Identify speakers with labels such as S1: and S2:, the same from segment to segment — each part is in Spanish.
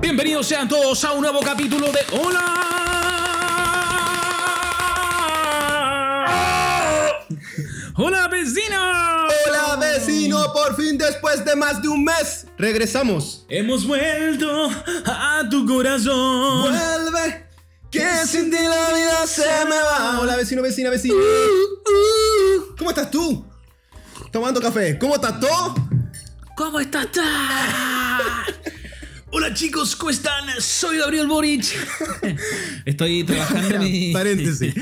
S1: Bienvenidos sean todos a un nuevo capítulo de Hola. Hola vecino.
S2: Hola vecino, por fin después de más de un mes regresamos.
S1: Hemos vuelto a tu corazón.
S2: Vuelve, que sin ti la vida se me va. Hola vecino, vecina, vecino.
S1: Uh,
S2: ¿Cómo estás tú? Tomando café. ¿Cómo estás tú?
S1: ¿Cómo estás? ta? Hola chicos, ¿cómo están? Soy Gabriel Boric. Estoy trabajando en mi...
S2: Paréntesis.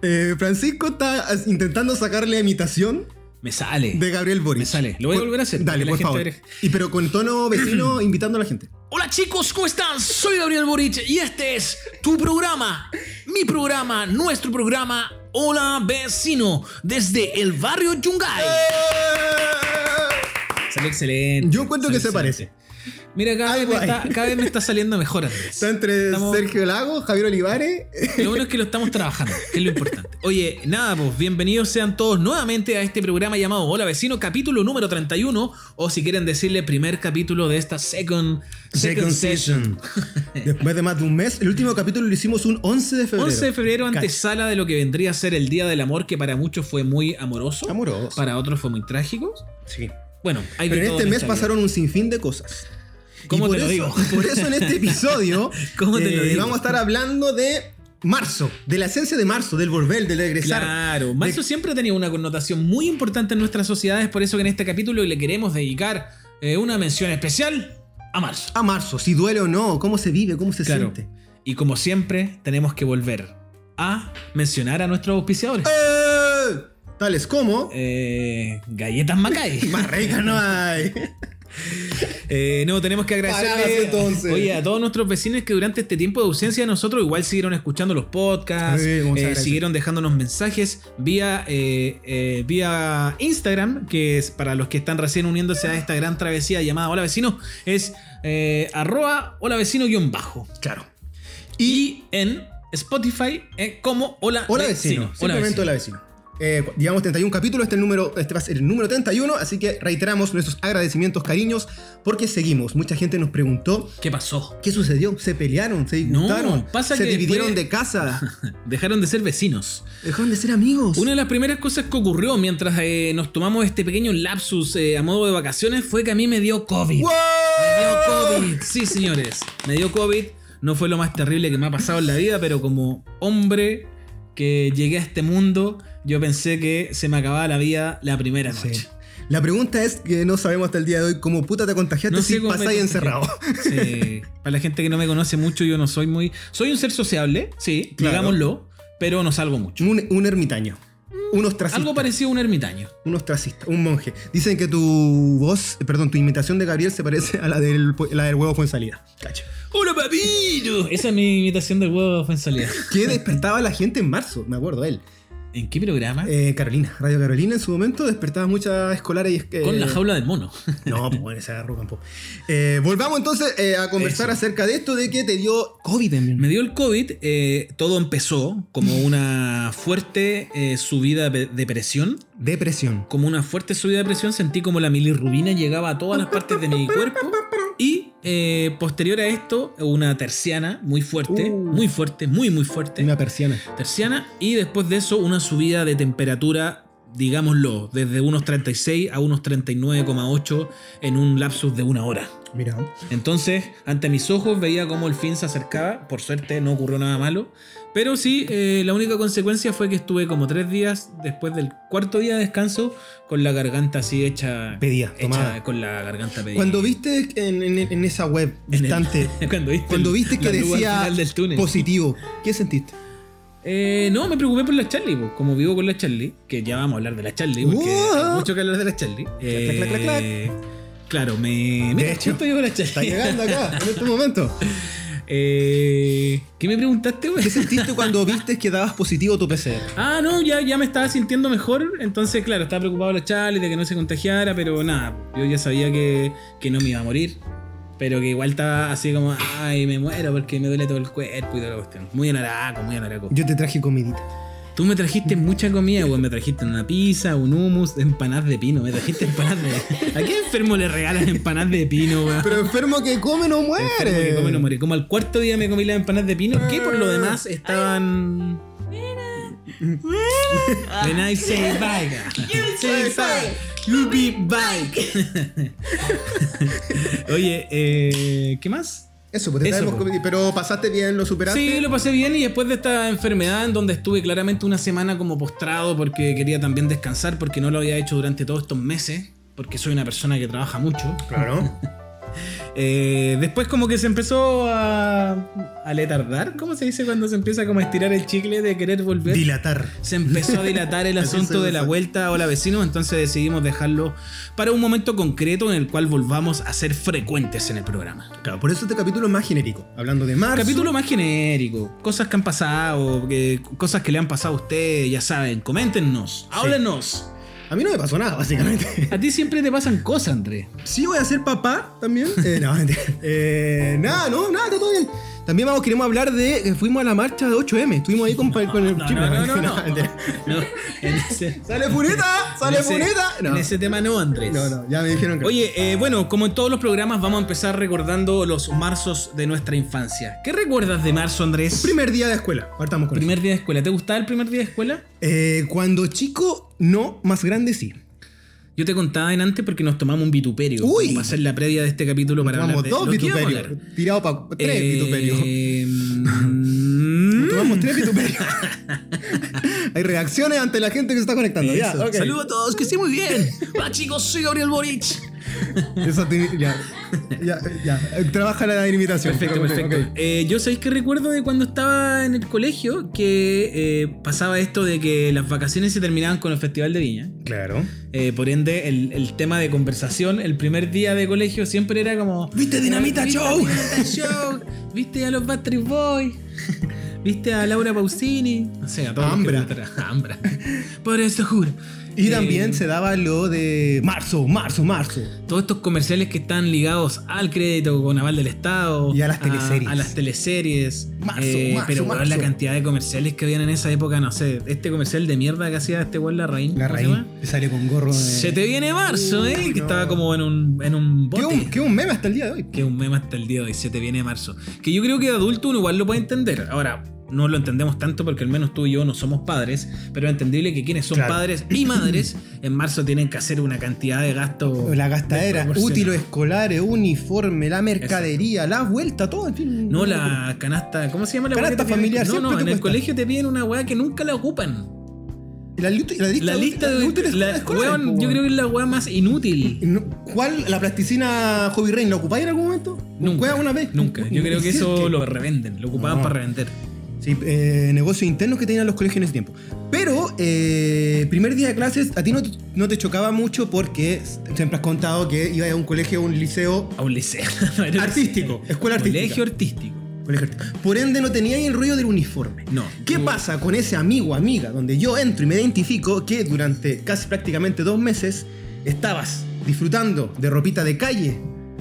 S2: Eh, Francisco está as- intentando sacar la imitación
S1: Me sale.
S2: de Gabriel Boric.
S1: Me sale. Lo voy a volver a hacer,
S2: Dale,
S1: porque la
S2: por
S1: gente
S2: favor.
S1: verá.
S2: Y pero con tono vecino invitando a la gente.
S1: Hola chicos, ¿cómo están? Soy Gabriel Boric y este es tu programa, mi programa, nuestro programa Hola Vecino, desde el barrio Yungay. Salió excelente.
S2: Yo encuentro que
S1: salió
S2: se
S1: excelente. Mira, cada vez, me
S2: Algo
S1: está,
S2: hay.
S1: cada vez me está saliendo mejor. Andrés.
S2: Está entre
S1: Estamos-
S2: Sergio Lago, Javier Olivares.
S1: Lo bueno es que lo estamos trabajando, que es lo importante. Oye, nada, pues bienvenidos sean todos nuevamente a este programa llamado Hola Vecino, capítulo número 31, o si quieren decirle primer capítulo de esta second, second session.
S2: Después de más de un mes, el último capítulo lo hicimos un 11 de febrero.
S1: 11 de febrero,
S2: Cacha.
S1: antesala de lo que vendría a ser el Día del Amor, que para muchos fue muy amoroso.
S2: Amoroso.
S1: Para otros fue muy trágico.
S2: Sí.
S1: Bueno, hay de
S2: Pero en
S1: todo
S2: este mes
S1: esta
S2: pasaron un sinfín de cosas.
S1: vida. ¿Cómo
S2: Y
S1: te
S2: por
S1: lo
S2: eso-
S1: digo?
S2: Por eso en este episodio eh,
S1: ¿Cómo te lo digo?
S2: vamos a estar hablando de marzo, de la esencia de marzo, del volver, del regresar.
S1: Claro, marzo siempre ha tenido una connotación muy importante en nuestras sociedades, por eso que en este capítulo le queremos dedicar eh, una mención especial a marzo.
S2: A marzo, si duele o no, cómo se vive, cómo se
S1: Claro.
S2: siente.
S1: Y como siempre, tenemos que volver a mencionar a nuestros auspiciadores.
S2: ¡Eh! Tales como...
S1: Eh, galletas Macay.
S2: Más rica no hay.
S1: Eh, no, tenemos que agradecerle
S2: Palabras, entonces.
S1: oye, a todos nuestros vecinos que durante este tiempo de ausencia de nosotros igual siguieron escuchando los podcasts,
S2: Sí, muchas
S1: eh,
S2: gracias.
S1: siguieron dejándonos mensajes vía, eh, eh, vía Instagram, que es para los que están recién uniéndose a esta gran travesía llamada Hola Vecino, es eh, arroba hola vecino guión bajo.
S2: Claro.
S1: Y en Spotify eh, como Hola,
S2: Hola vecino,
S1: Hola
S2: simplemente hola vecino. Eh, llevamos 31 capítulos, este, número, este va a ser el número 31, así que reiteramos nuestros agradecimientos, cariños, porque seguimos. Mucha gente nos preguntó
S1: ¿Qué pasó?
S2: qué sucedió, se pelearon, se disgustaron,
S1: pasa
S2: se
S1: que
S2: dividieron
S1: fue-
S2: de casa,
S1: Dejaron de ser vecinos.
S2: dejaron de ser amigos.
S1: Una de las primeras cosas que ocurrió mientras eh, nos tomamos este pequeño lapsus eh, a modo de vacaciones fue que a mí me dio COVID.
S2: ¡Wow!
S1: Me dio COVID. Sí, señores. Me dio COVID. No fue lo más terrible que me ha pasado en la vida, pero como hombre que llegué a este mundo, yo pensé que se me acababa la vida la primera
S2: Sí.
S1: noche.
S2: La pregunta es que no sabemos hasta el día de hoy cómo puta te contagiaste si
S1: cómo me contagié.
S2: pasáis encerrado.
S1: Sí. Para la gente que no me conoce mucho, yo no soy muy. Soy un ser sociable, sí,
S2: Claro.
S1: digámoslo, pero no salgo mucho.
S2: Un, un ermitaño, un ostracista.
S1: Algo parecido a un ermitaño.
S2: Un ostracista, un monje. Dicen que tu voz, eh, perdón, tu imitación de Gabriel se parece a la del, la del huevo fue en salida. Cacha.
S1: ¡Hola, papito! Esa es mi imitación del huevo fue en salida.
S2: que despertaba a la gente en marzo, me acuerdo él.
S1: ¿En qué programa?
S2: Eh, Carolina, Radio Carolina en su momento despertaba muchas escolares y es que-
S1: Con la jaula del mono.
S2: No, pues bueno, se agarró campo. Eh, volvamos entonces eh, a conversar
S1: Eso.
S2: acerca de esto de que te dio COVID también.
S1: Me dio el COVID, eh, todo empezó como una fuerte eh, subida de de presión.
S2: Depresión.
S1: Como una fuerte subida de presión, sentí como la milirrubina llegaba a todas las partes de mi cuerpo. Y eh, posterior a esto, una terciana muy fuerte,
S2: Uh.
S1: muy fuerte, muy, muy fuerte.
S2: Una persiana.
S1: Terciana. Y después de eso, una subida de temperatura, digámoslo, desde unos 36 a unos 39,8 en un lapsus de una hora.
S2: Mira.
S1: Entonces, ante mis ojos veía cómo el fin se acercaba. Por suerte no ocurrió nada malo. Pero sí, eh, la única consecuencia fue que estuve como tres días después del cuarto día de descanso con la garganta así hecha.
S2: Pedía, tomada.
S1: hecha con la garganta pedida.
S2: Cuando viste en, en- en esa web
S1: En el-
S2: distante,
S1: cuando viste,
S2: cuando
S1: el-
S2: viste
S1: la
S2: que
S1: luz al
S2: decía
S1: final del túnel.
S2: positivo, ¿qué sentiste?
S1: Eh, no, me preocupé por la Charlie, po. como vivo con la Charlie, que ya vamos a hablar de la Charlie, porque
S2: Uh.
S1: hay mucho que hablar de la Charlie.
S2: clac, clac, clac, clac.
S1: Eh, Claro, me. mira,
S2: hecho,
S1: justo llego a la Charlie.
S2: Está llegando acá, en este momento.
S1: Eh, ¿Qué me preguntaste, güey?
S2: ¿Qué sentiste cuando viste que dabas positivo tu PCR?
S1: Ah, no, ya, ya me estaba sintiendo mejor. Entonces, claro, estaba preocupado la Charlie de que no se contagiara, pero nada, yo ya sabía que, que no me iba a morir. Pero que igual estaba así como, ay, me muero porque me duele todo el cuerpo y toda la cuestión. Muy anaraco, muy anaraco.
S2: Yo te traje comidita.
S1: Tú me trajiste mucha comida, weón. Me trajiste una pizza, un hummus, empanadas de pino. Me trajiste empanadas de. ¿A qué enfermo le regalan empanadas de pino, weón?
S2: Pero enfermo que come no
S1: Enfermo que
S3: Eh.
S2: muere.
S1: come no muere. Como al cuarto día me comí las empanadas de pino, que
S3: Ah.
S1: por lo demás estaban. When I say bike,
S3: You say bike.
S1: you be bike. Oye, eh, ¿qué más?
S2: Eso, pues te
S1: Eso,
S2: traemos
S1: po.
S2: comida. Pero pasaste bien, lo superaste.
S1: Sí, lo pasé bien y después de esta enfermedad en donde estuve claramente una semana como postrado porque quería también descansar porque no lo había hecho durante todos estos meses, porque soy una persona que trabaja mucho.
S2: Claro.
S1: Eh, después como que se empezó a, a letardar, ¿cómo se dice cuando se empieza como a estirar el chicle de querer volver?
S2: Dilatar.
S1: se empezó a dilatar el
S2: Así
S1: asunto
S2: se
S1: de la
S2: usa.
S1: vuelta a Hola Vecino, entonces decidimos dejarlo para un momento concreto en el cual volvamos a ser frecuentes en el programa.
S2: Claro, por eso este capítulo es más genérico. Hablando de marzo.
S1: Capítulo más genérico, cosas que han pasado, que- cosas que le han pasado a usted, ya saben, coméntenos, háblenos.
S2: A mí no me pasó nada, básicamente.
S1: A ti siempre te pasan cosas, Andrés.
S2: Sí, voy a ser papá también. Eh, no, mentira. Eh, nada, no, nada, está todo bien. También vamos, queremos hablar de. eh, fuimos a la marcha de 8M. Estuvimos ahí con, con el. Chile, mentira.
S1: No, en ese,
S2: ¡Sale Funeta! ¡Sale
S1: en ese-
S2: Funeta! No.
S1: En ese tema no, Andrés.
S2: no, no, ya me dijeron que.
S1: Oye, eh, bueno, como en todos los programas, vamos a empezar recordando los marzos de nuestra infancia. ¿Qué recuerdas de marzo, Andrés?
S2: Primer día de escuela. Partamos con
S1: Primer día de escuela. ¿Te gustaba el primer día de escuela?
S2: eso. Eh, cuando chico, no, más grande sí.
S1: Yo te contaba en antes porque nos tomamos un vituperio.
S2: Uy.
S1: Para hacer la previa de este capítulo para
S2: Tomamos
S1: hablar de
S2: dos
S1: lo que íbamos a
S2: vituperios.
S1: hablar.
S2: Tirado para tres
S1: Eh,
S2: vituperios.
S1: mm,
S2: Tomamos tres vituperios. Hay reacciones ante la gente que se está conectando. Ya,
S1: eso.
S2: ok.
S1: Saludos a todos, que estén muy bien. Hola chicos, soy Gabriel Boric.
S2: Eso te- ya, ya, ya. Eh, Trabaja la imitación.
S1: Perfecto,
S2: Ok,
S1: perfecto.
S2: ok.
S1: Eh, yo sabéis que recuerdo de cuando estaba en el colegio que eh, pasaba esto de que las vacaciones se terminaban con el Festival de Viña.
S2: Claro.
S1: Eh, por ende, el, el tema de conversación, el primer día de colegio siempre era como...
S2: ¿Viste Dinamita Show?
S1: Dinamita Show? ¿Viste a los Backstreet Boys? ¿Viste a Laura Pausini? No sé, a todos los que
S2: Ambra.
S1: me gustaron. Ambra. Por eso juro.
S2: Y
S1: Eh,
S2: también se daba lo de marzo, marzo, marzo.
S1: Todos estos comerciales que están ligados al crédito con aval del Estado.
S2: Y a las teleseries.
S1: A, a las teleseries. Eh,
S2: Marzo, marzo,
S1: pero bueno,
S2: marzo.
S1: la cantidad de comerciales que habían en esa época, no sé. Este comercial de mierda que hacía este weón Larraín.
S2: La
S1: ¿cómo se
S2: raíz
S1: llama?
S2: te sale con gorro de.
S1: Se te viene marzo, ¿eh?
S2: Uy,
S1: Que
S2: no.
S1: estaba como en un, en un
S2: Que
S1: bote.
S2: un, que un meme hasta el día de hoy.
S1: que es un meme hasta el día de hoy, se te viene marzo. Que yo creo que de adulto uno igual lo puede entender. Ahora, no lo entendemos tanto porque al menos tú y yo no somos padres, pero es entendible que quienes son
S2: Claro.
S1: padres y madres en marzo tienen que hacer una cantidad de gastos.
S2: La gastadera, útiles escolares, uniforme, la mercadería, la vuelta, todo, en fin.
S1: No la canasta, ¿cómo se llama la weá que
S2: Canasta
S1: te piden?
S2: familiar,
S1: No,
S2: siempre
S1: no,
S2: te
S1: en el
S2: cuesta.
S1: colegio te piden una weá que nunca la ocupan.
S2: La, lit- la pues, lista,
S1: La lista de.
S2: útiles
S1: la-
S2: escolares,
S1: weón,
S2: po,
S1: yo creo que es la weá más inútil.
S2: No, ¿Cuál? ¿La plasticina Hobby Rain la ocupáis en algún momento?
S1: Nunca.
S2: ¿Ocupáis una vez?
S1: Nunca. Yo creo que
S2: Si es
S1: eso lo revenden, lo ocupaban
S2: No.
S1: para revender.
S2: Sí, eh, negocios internos que tenían los colegios en ese tiempo. Pero, eh, primer día de clases, a ti no, te- no te chocaba mucho porque siempre has contado que ibas a un colegio, un liceo.
S1: A un liceo.
S2: Artístico, escuela artística.
S1: Colegio artístico.
S2: colegio artístico. Por ende, no tenías el rollo del uniforme.
S1: No.
S2: ¿Qué
S1: Tú-
S2: pasa con ese amigo, amiga, donde yo entro y me identifico que durante casi prácticamente dos meses estabas disfrutando de ropita de calle,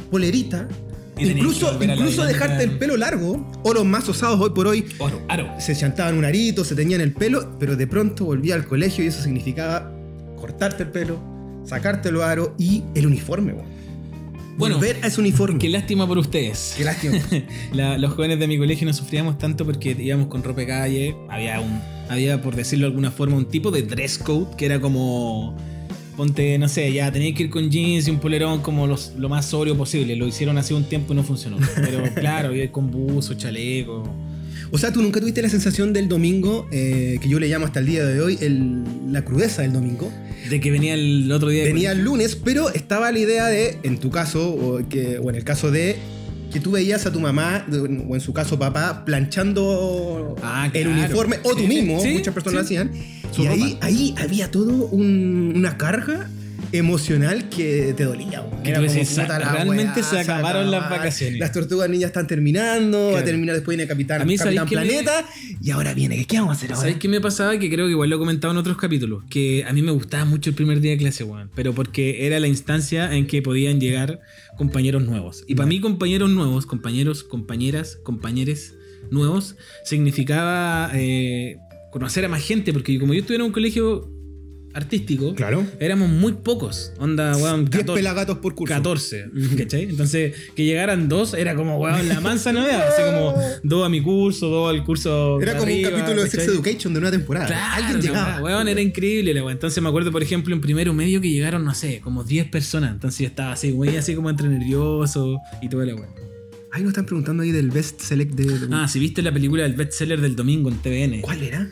S2: polerita,
S1: Y tenías que
S2: incluso,
S1: volver a la
S2: incluso
S1: dinámica
S2: dejarte el
S1: del-
S2: pelo largo, o los más osados hoy por hoy
S1: Oro, aro.
S2: se chantaban un arito, se teñían el pelo, pero de pronto volvía al colegio y eso significaba cortarte el pelo, sacarte el aro y el uniforme, weón.
S1: Bueno,
S2: Volver a ese uniforme.
S1: Qué lástima por ustedes.
S2: Qué lástima.
S1: La- los jóvenes de mi colegio no sufríamos tanto porque íbamos con ropa de calle. Había un. Había, por decirlo de alguna forma, un tipo de dress code que era como. Ponte, no sé, ya tenías que ir con jeans y un polerón como los, lo más sobrio posible. Lo hicieron hace un tiempo y no funcionó. Pero claro, ir con buzo, chaleco.
S2: O sea, tú nunca tuviste la sensación del domingo, eh, que yo le llamo hasta el día de hoy el- la crudeza del domingo.
S1: De que venía el otro día. de
S2: Venía el lunes, pero estaba la idea de, en tu caso, o, que, o en el caso de que tú veías a tu mamá, o en su caso papá, planchando
S1: Ah,
S2: el
S1: claro.
S2: uniforme, o tú
S1: Sí,
S2: mismo,
S1: sí,
S2: muchas personas
S1: sí.
S2: lo hacían.
S1: Su
S2: y ahí,
S1: ropa.
S2: ahí había todo un- una carga emocional que te dolía. weón.
S1: Que
S2: Era
S1: tú
S2: como,
S1: decís,
S2: puta
S1: "Sa-
S2: la
S1: realmente
S2: weá,
S1: se acabaron las
S2: acabaron.
S1: vacaciones".
S2: Las tortugas niñas están terminando, va a
S1: Claro.
S2: terminar después viene Capitán,
S1: A mí, ¿sabéis
S2: Capitán
S1: qué me-
S2: Planeta, y ahora viene, ¿qué vamos a hacer ahora?
S1: ¿Sabes qué me pasaba? Que creo que igual lo he comentado en otros capítulos. Que a mí me gustaba mucho el primer día de clase, weón. Pero porque era la instancia en que podían llegar compañeros nuevos. Y para mí, compañeros nuevos, compañeros, compañeras, compañeres nuevos, significaba eh, conocer a más gente, porque como yo estuve en un colegio artístico,
S2: Claro.
S1: éramos muy pocos. Onda, weón,
S2: 10
S1: 14,
S2: pelagatos por curso.
S1: 14, ¿cachai? Entonces, que llegaran dos era como, weón, la mansa novedad. Así como, dos a mi curso, dos al curso.
S2: Era
S1: de
S2: como
S1: arriba,
S2: un capítulo de Sex
S1: ¿cachai?
S2: Education de una temporada.
S1: Claro,
S2: Alguien llegaba.
S1: no, weón, era increíble la weón. Entonces me acuerdo, por ejemplo, en primero medio que llegaron, no sé, como 10 personas. Entonces yo estaba así, güey, así como entre nervioso y toda la weón.
S2: Ahí nos están preguntando ahí del best select de. de-
S1: Ah, si viste la película del bestseller del domingo en TVN.
S2: ¿Cuál era?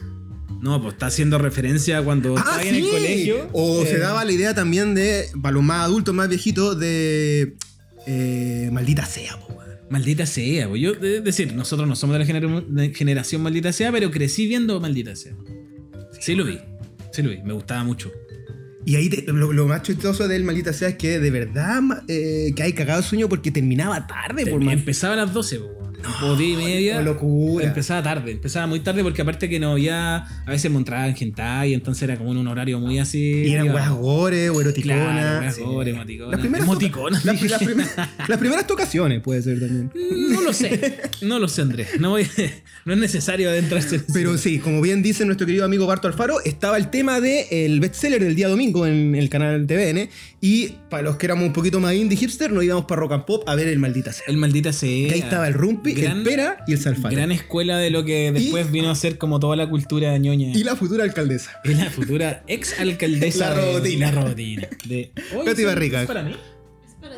S1: No, pues está haciendo referencia a cuando
S2: Ah,
S1: estaba
S2: sí.
S1: en el colegio.
S2: O
S1: eh,
S2: se daba la idea también de, para los más adultos, más viejitos, de. eh, maldita sea, po, weón.
S1: Maldita sea, pues yo, es decir, nosotros no somos de la gener- de generación maldita sea, pero crecí viendo maldita sea. Sí lo vi, sí lo vi, me gustaba mucho.
S2: Y ahí te- lo, lo más chistoso del maldita sea es que de verdad ma- eh, que hay cagado el sueño porque terminaba tarde, por
S1: Termi-
S2: más.
S1: empezaba a las 12, po, weón. o 10 y media.
S2: qué locura.
S1: Empezaba tarde, empezaba muy tarde porque aparte que no había, a veces montraban gente y entonces era como un horario muy así.
S2: Y eran
S1: iba-
S2: weas gore o eroticonas.
S1: Claro, weas
S2: sí.
S1: gore, emoticonas.
S2: Las primeras
S1: Emoticonas,
S2: las-
S1: dije.
S2: las primeras- las primeras ocasiones puede ser también.
S1: No lo sé, no lo sé Andrés, no, voy- no es necesario adentrarse en eso.
S2: Pero sí, como bien dice nuestro querido amigo Barto Alfaro, estaba el tema del el bestseller del día domingo en el canal TVN. Y para los que éramos un poquito más indie hipster, nos íbamos para Rock and Pop a ver el maldita sea.
S1: El maldita sea.
S2: Que ahí estaba el Rumpi,
S1: Gran-
S2: el Pera y el Salfate.
S1: Gran escuela de lo que después vino a ser como toda la cultura ñoña.
S2: Y la futura alcaldesa.
S1: Es la futura ex alcaldesa
S2: La Robotina.
S1: De, la Robotina. De, Oye,
S2: Katy
S1: ¿es
S2: Barriga.
S1: para mí?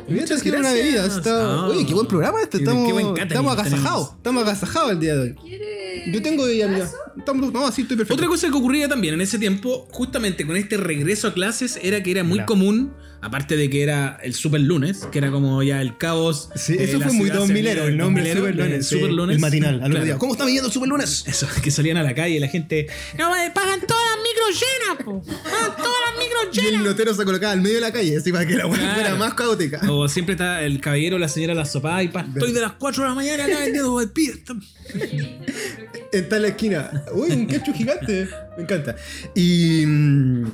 S2: Mira,
S1: Muchas
S2: es que era una
S1: gracias.
S2: bebida. está-
S1: Ah.
S2: Oye, qué buen programa este.
S1: Qué
S2: Estamos,
S1: buen catering
S2: estamos agasajados.
S1: tenemos.
S2: Estamos agasajados el día de hoy.
S3: ¿Quieres?
S2: Yo tengo ella, mira. Estamos, no, así estoy perfecto.
S1: Otra cosa que ocurría también en ese tiempo, justamente con este regreso a clases, era que era muy
S2: Claro.
S1: común, aparte de que era el super lunes, que era como ya el caos.
S2: Sí,
S1: eh,
S2: eso
S1: la
S2: fue muy
S1: ciudad
S2: dos
S1: se
S2: milero,
S1: veía
S2: el nombre
S1: dos milero,
S2: Super Lunes.
S1: el
S2: sí,
S1: super lunes.
S2: El matinal, al otro
S1: Claro.
S2: día. ¿Cómo está viendo el Super Lunes?
S1: Eso, que salían a la calle y la gente. No, eh, pagan todas las micros llenas, po. Pagan todas las micros
S2: Y el
S1: llenas.
S2: lotero se colocaba al medio de la calle, así para que la buena
S1: Claro. Oh.
S2: fuera más caótica.
S1: O siempre está el caballero, la señora, la sopa y pa. Estoy de las 4 de la mañana acá vendiendo de
S2: Está en la esquina. Uy, un cacho gigante. Me encanta. Y. mm,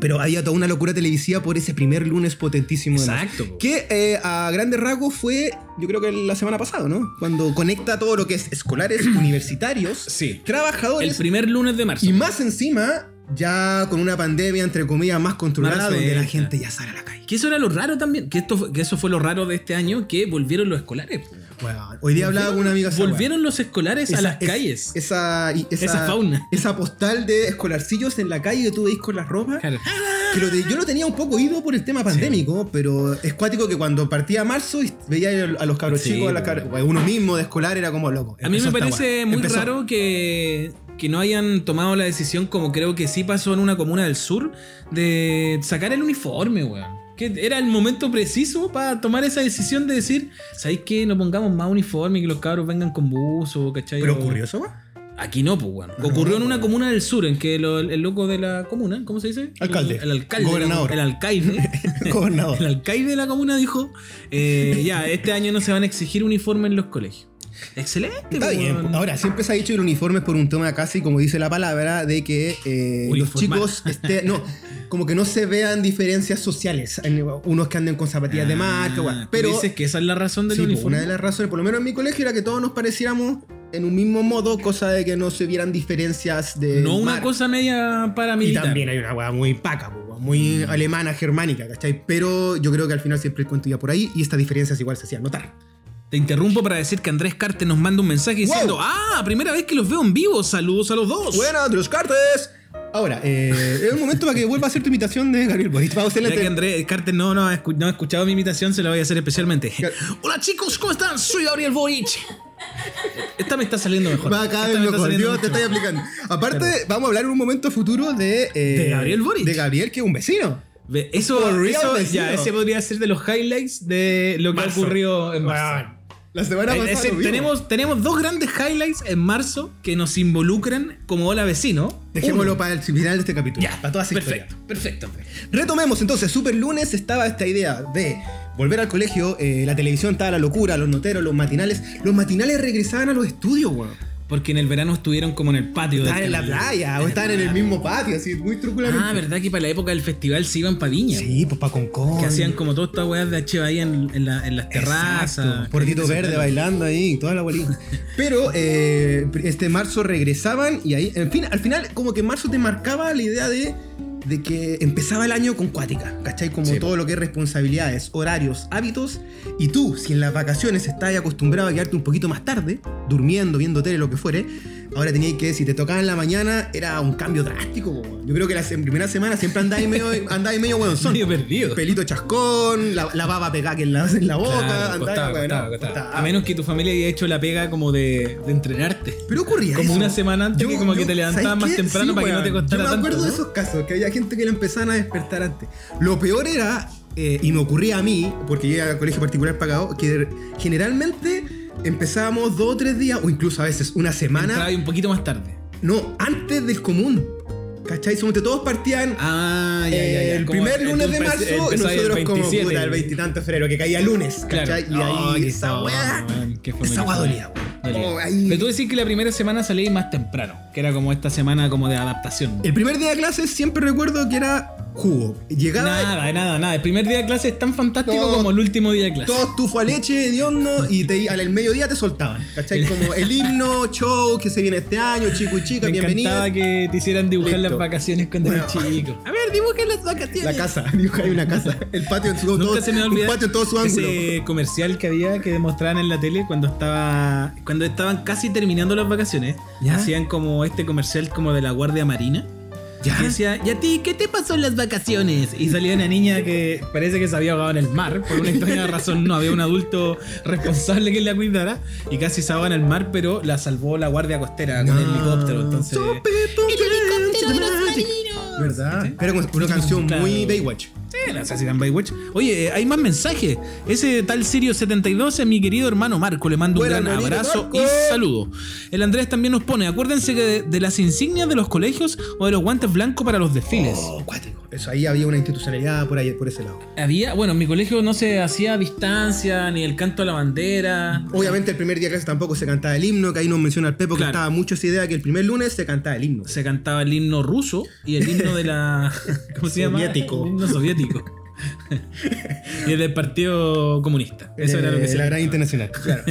S2: Pero había toda una locura televisiva por ese primer lunes potentísimo. de marzo.
S1: Exacto, po.
S2: Que eh, a grandes rasgos fue, yo creo que la semana pasada, ¿no? Cuando conecta todo lo que es escolares, universitarios,
S1: Sí. El
S2: trabajadores
S1: primer lunes de marzo.
S2: y más encima, ya con una pandemia entre comillas más controlada,
S1: Más
S2: donde la
S1: recta.
S2: gente ya sale a la calle.
S1: Que eso era lo raro también, que, esto, fue- que eso fue lo raro de este año, que volvieron los escolares. po.
S2: Bueno, hoy día hablaba con una amiga esa weá.
S1: Volvieron los escolares a
S2: Esa-
S1: las
S2: es-
S1: calles.
S2: Esa, y- esa,
S1: Esa fauna.
S2: Esa postal de escolarcillos en la calle que tú veis con las ropas.
S1: Claro.
S2: Que lo de- yo lo tenía un poco ido por el tema pandémico, pero es cuático que cuando partía marzo y veía a los cabros
S1: Sí,
S2: chicos, a la
S1: bueno.
S2: cabra- uno mismo de escolar era como loco.
S1: A mí
S2: Empezó
S1: me
S2: esta
S1: parece
S2: weá.
S1: muy
S2: Empezó.
S1: raro que, que no hayan tomado la decisión, como creo que sí pasó en una comuna del sur, de sacar el uniforme, weón. Que era el momento preciso para tomar esa decisión de decir, ¿sabéis qué? No pongamos más uniforme y que los cabros vengan con buzo, ¿cachai?
S2: Pero
S1: O-
S2: ocurrió eso, weá.
S1: Aquí no, pues, weón. Ocurrió en una comuna del sur, en que lo- el loco de la comuna, ¿cómo se dice?
S2: Alcalde.
S1: El, el alcalde.
S2: Gobernador.
S1: El alcalde.
S2: Gobernador.
S1: El alcaide de la comuna dijo: eh, Ya, este año no se van a exigir uniformes en los colegios. Excelente,
S2: Está
S1: weón.
S2: bien. Ahora, siempre se ha dicho el uniforme es por un tema casi, como dice la palabra, de que eh, los
S1: Uniformar.
S2: chicos estén. No, como que no se vean diferencias sociales. En- Unos que anden con zapatillas de marca,
S1: Ah,
S2: weá.
S1: ¿tú
S2: Pero.
S1: dices que esa es la razón del
S2: Sí, pues,
S1: uniforme.
S2: una de las razones, por lo menos en mi colegio, era que todos nos pareciéramos en un mismo modo, cosa de que no se vieran diferencias de.
S1: No una
S2: marca.
S1: cosa media
S2: Y
S1: paramilitar.
S2: también hay una weá muy paca, po, weá, muy
S1: Mm.
S2: alemana, germánica, ¿cachai? Pero yo creo que al final siempre el cuento iba por ahí y estas diferencias igual se hacían notar.
S1: Te interrumpo para decir que Andrés Carte nos manda un mensaje diciendo:
S2: Wow.
S1: Ah, primera vez que los veo en vivo. Saludos a los dos.
S2: Buenas, los cartes. Ahora, eh, es un momento para que vuelva a hacer tu imitación de Gabriel Boric. Vamos a este hacer la
S1: Ya que
S2: entre-
S1: Andrés Carter no, no, ha escu- no ha escuchado mi imitación, se la voy a hacer especialmente.
S2: Claro.
S1: Hola chicos, ¿cómo están? Soy Gabriel Boric. Esta me está saliendo mejor.
S2: Va
S1: Esta
S2: cada vez
S1: me está
S2: mejor.
S1: saliendo
S2: Dios, te
S1: mucho
S2: estoy aplicando. Aparte, vamos a hablar en un momento futuro de. eh,
S1: De Gabriel Boric.
S2: De Gabriel, que es un vecino.
S1: Ve, Eso,
S2: For real,
S1: eso-
S2: vecino.
S1: ya, ese podría ser de los highlights de lo que
S2: Marzo.
S1: ha ocurrido en marzo.
S2: Weón, La semana
S1: Es
S2: pasada.
S1: decir,
S2: lo vimos.
S1: tenemos, tenemos dos grandes highlights en marzo que nos involucran como hola vecino.
S2: Dejémoslo
S1: Uno.
S2: para el final de este capítulo.
S1: Ya,
S2: para toda esa historia.
S1: perfecto, perfecto.
S2: Retomemos entonces, Super Lunes estaba esta idea de volver al colegio, eh, la televisión estaba la locura, los noteros, los matinales. Los matinales regresaban a los estudios, weón.
S1: Porque en el verano estuvieron como en el patio. del
S2: Estaban en la
S1: Temuco.
S2: playa o
S1: el
S2: estaban en el
S1: patio.
S2: mismo patio, así, muy truculamente.
S1: Ah, ¿verdad que para la época del festival se iban para Viña?
S2: sí, pues pa' con con.
S1: Que hacían como todas estas weas de H ahí en, en la- en las terrazas.
S2: Exacto, Portito verde bailando ahí, toda la bolita. Pero eh, este marzo regresaban y ahí, en fin, al final como que marzo te marcaba la idea de, de que empezaba el año con cuática, ¿cachai? Como
S1: Sí.
S2: todo lo que es responsabilidades, horarios, hábitos. Y tú, si en las vacaciones estás acostumbrado a quedarte un poquito más tarde, durmiendo, viendo tele, lo que fuere, ahora tenías que, si te tocaba en la mañana, era un cambio drástico. po, weón. Yo creo que las en primera semana siempre andáis medio, andáis medio
S1: Son
S2: hueonzón.
S1: medio perdidos.
S2: Pelito chascón, la, la baba pegada que en la, en la boca.
S1: Claro,
S2: andaba,
S1: costaba,
S2: bueno,
S1: costaba, costaba.
S2: costaba. Ah,
S1: A menos que tu familia haya hecho la pega como de, de entrenarte.
S2: Pero ocurría
S1: Como
S2: eso.
S1: una semana antes que como que te levantabas
S2: ¿sabes
S1: más
S2: qué?
S1: temprano para que no te
S2: weón.
S1: costara
S2: Yo me
S1: tanto,
S2: acuerdo de
S1: ¿no?
S2: esos casos, que había gente que la empezaban a despertar antes. Lo peor era, eh, y me ocurría a mí, porque yo era al colegio particular pagado, que generalmente empezábamos dos o tres días, o incluso a veces una semana,
S1: Entraba ahí un poquito más tarde.
S2: no, antes del común. ¿Cachai? Somos que todos partían
S1: Ah, ya, ya, ya.
S2: el
S1: Como
S2: primer
S1: el-
S2: lunes de
S1: empe-
S2: marzo,
S1: empezó ahí el
S2: nosotros como
S1: 27.
S2: puta, el veintitantos de febrero, que caía lunes,
S1: Claro.
S2: ¿cachai?
S1: Oh,
S2: y ahí
S1: qué
S2: esa
S1: sabor,
S2: weá.
S1: man, qué fome,
S2: Esa
S1: qué
S2: weá
S1: fome.
S2: dolía, weón.
S1: Dolía.
S2: Oh, ahí-
S1: Pero tú decís que la primera semana salí más temprano, que era como esta semana como de adaptación.
S2: El primer día de clases siempre recuerdo que era jugo. Llegaba
S1: Nada, nada, nada. El primer día de clase es tan fantástico
S2: Todo-
S1: como el último día de clase.
S2: todo tufo a leche, hediondo, y te, al mediodía te soltaban. ¿Cachai? Como el himno, show, que se viene este año, chico y chica,
S1: Me
S2: bienvenidos.
S1: encantaba que te hicieran dibujar
S2: Listo.
S1: las vacaciones cuando eras
S2: Bueno.
S1: chico.
S2: A ver, dibujen las vacaciones. La casa, dibuja ahí una casa. El patio en su
S1: Nunca
S2: todo,
S1: se me va a
S2: un
S1: olvidar
S2: patio en todo su ángulo.
S1: ese comercial que había que demostraban en la tele cuando estaba cuando estaban casi terminando las vacaciones.
S2: ¿Ya?
S1: Hacían como este comercial como de la Guardia Marina.
S2: Ya.
S1: Y decía, ¿y a ti qué te pasó en las vacaciones? Y salía una niña que parece que se había ahogado en el mar. Por una extraña razón no había un adulto responsable que la cuidara. Y casi se ahogaba en el mar, pero la salvó la guardia costera con el
S2: No.
S1: helicóptero. Entonces...
S2: Sope, pope, magic. ¿Verdad? Era como una canción muy
S1: Claro.
S2: Baywatch.
S1: Sí, la Assassin's Baywatch. Oye, eh, hay más mensajes. Ese tal Sirio72 es eh, mi querido hermano Marco. Le mando un
S2: Buena,
S1: gran
S2: hermanito
S1: abrazo
S2: Marco.
S1: y saludo. El Andrés también nos pone: acuérdense que de, de las insignias de los colegios o de los guantes blancos para los desfiles.
S2: Oh, cuático. Eso ahí había una institucionalidad por ahí, por ese lado.
S1: Había, bueno, en mi colegio no se hacía a distancia, ni el canto a la bandera.
S2: Obviamente el primer día de clase tampoco se cantaba el himno, que ahí nos menciona el Pepo que
S1: Claro.
S2: estaba mucho esa idea que el primer lunes se cantaba el himno.
S1: Se cantaba el himno ruso y el himno de la. ¿Cómo se llama?
S2: Soviético.
S1: El himno soviético. y el del Partido Comunista. Eso era lo que
S2: Eh,
S1: se
S2: La gran
S1: cantaba.
S2: internacional, claro.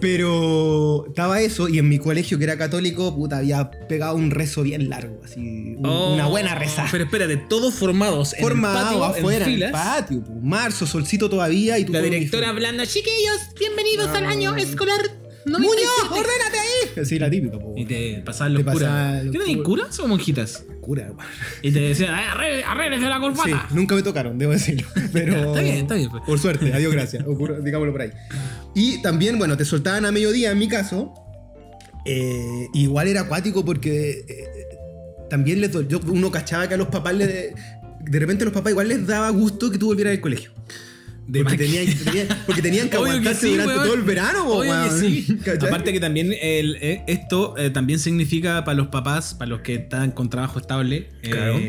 S2: Pero estaba eso, y en mi colegio que era católico, puta, había pegado un rezo bien largo, así. un-
S1: Oh,
S2: una buena reza.
S1: Pero espérate, todos formados en
S2: Forma
S1: el patio, en
S2: afuera, en el
S1: filas.
S2: patio, pu, marzo, solcito todavía, y tú
S1: la
S2: con
S1: directora
S2: uniforme.
S1: hablando, chiquillos, bienvenidos al año escolar. No
S2: Ah. ¡Muñoz, ordénate ahí! Sí, la típica, po.
S1: Y te pasaban
S2: Te
S1: los
S2: pasaban
S1: curas.
S2: los
S1: ¿Qué tenían
S2: curas.
S1: curas o monjitas?
S2: Cura, weón.
S1: Y te decían, "Ah, "Ay, arre- arréglese la
S2: Sí,
S1: corbata.
S2: nunca me tocaron, debo decirlo. Pero.
S1: Está bien, está bien, pues.
S2: Por suerte, adiós, gracias. Ocurre- digámoslo por ahí. Y también, bueno, te soltaban a mediodía en mi caso. Eh, igual era acuático porque eh, también les dol- yo- uno cachaba que a los papás les. De repente a los papás igual les daba gusto que tú volvieras al colegio.
S1: De
S2: porque,
S1: más que-
S2: tenían, tenían- porque tenían que
S1: Obvio que
S2: aguantarse
S1: sí,
S2: durante
S1: weón.
S2: todo el verano, po,
S1: Obvio que
S2: weón.
S1: sí.
S2: ¿Cachai?
S1: Aparte que también el- eh, esto eh, también significa para los papás, para los que están con trabajo estable, eh,
S2: Claro.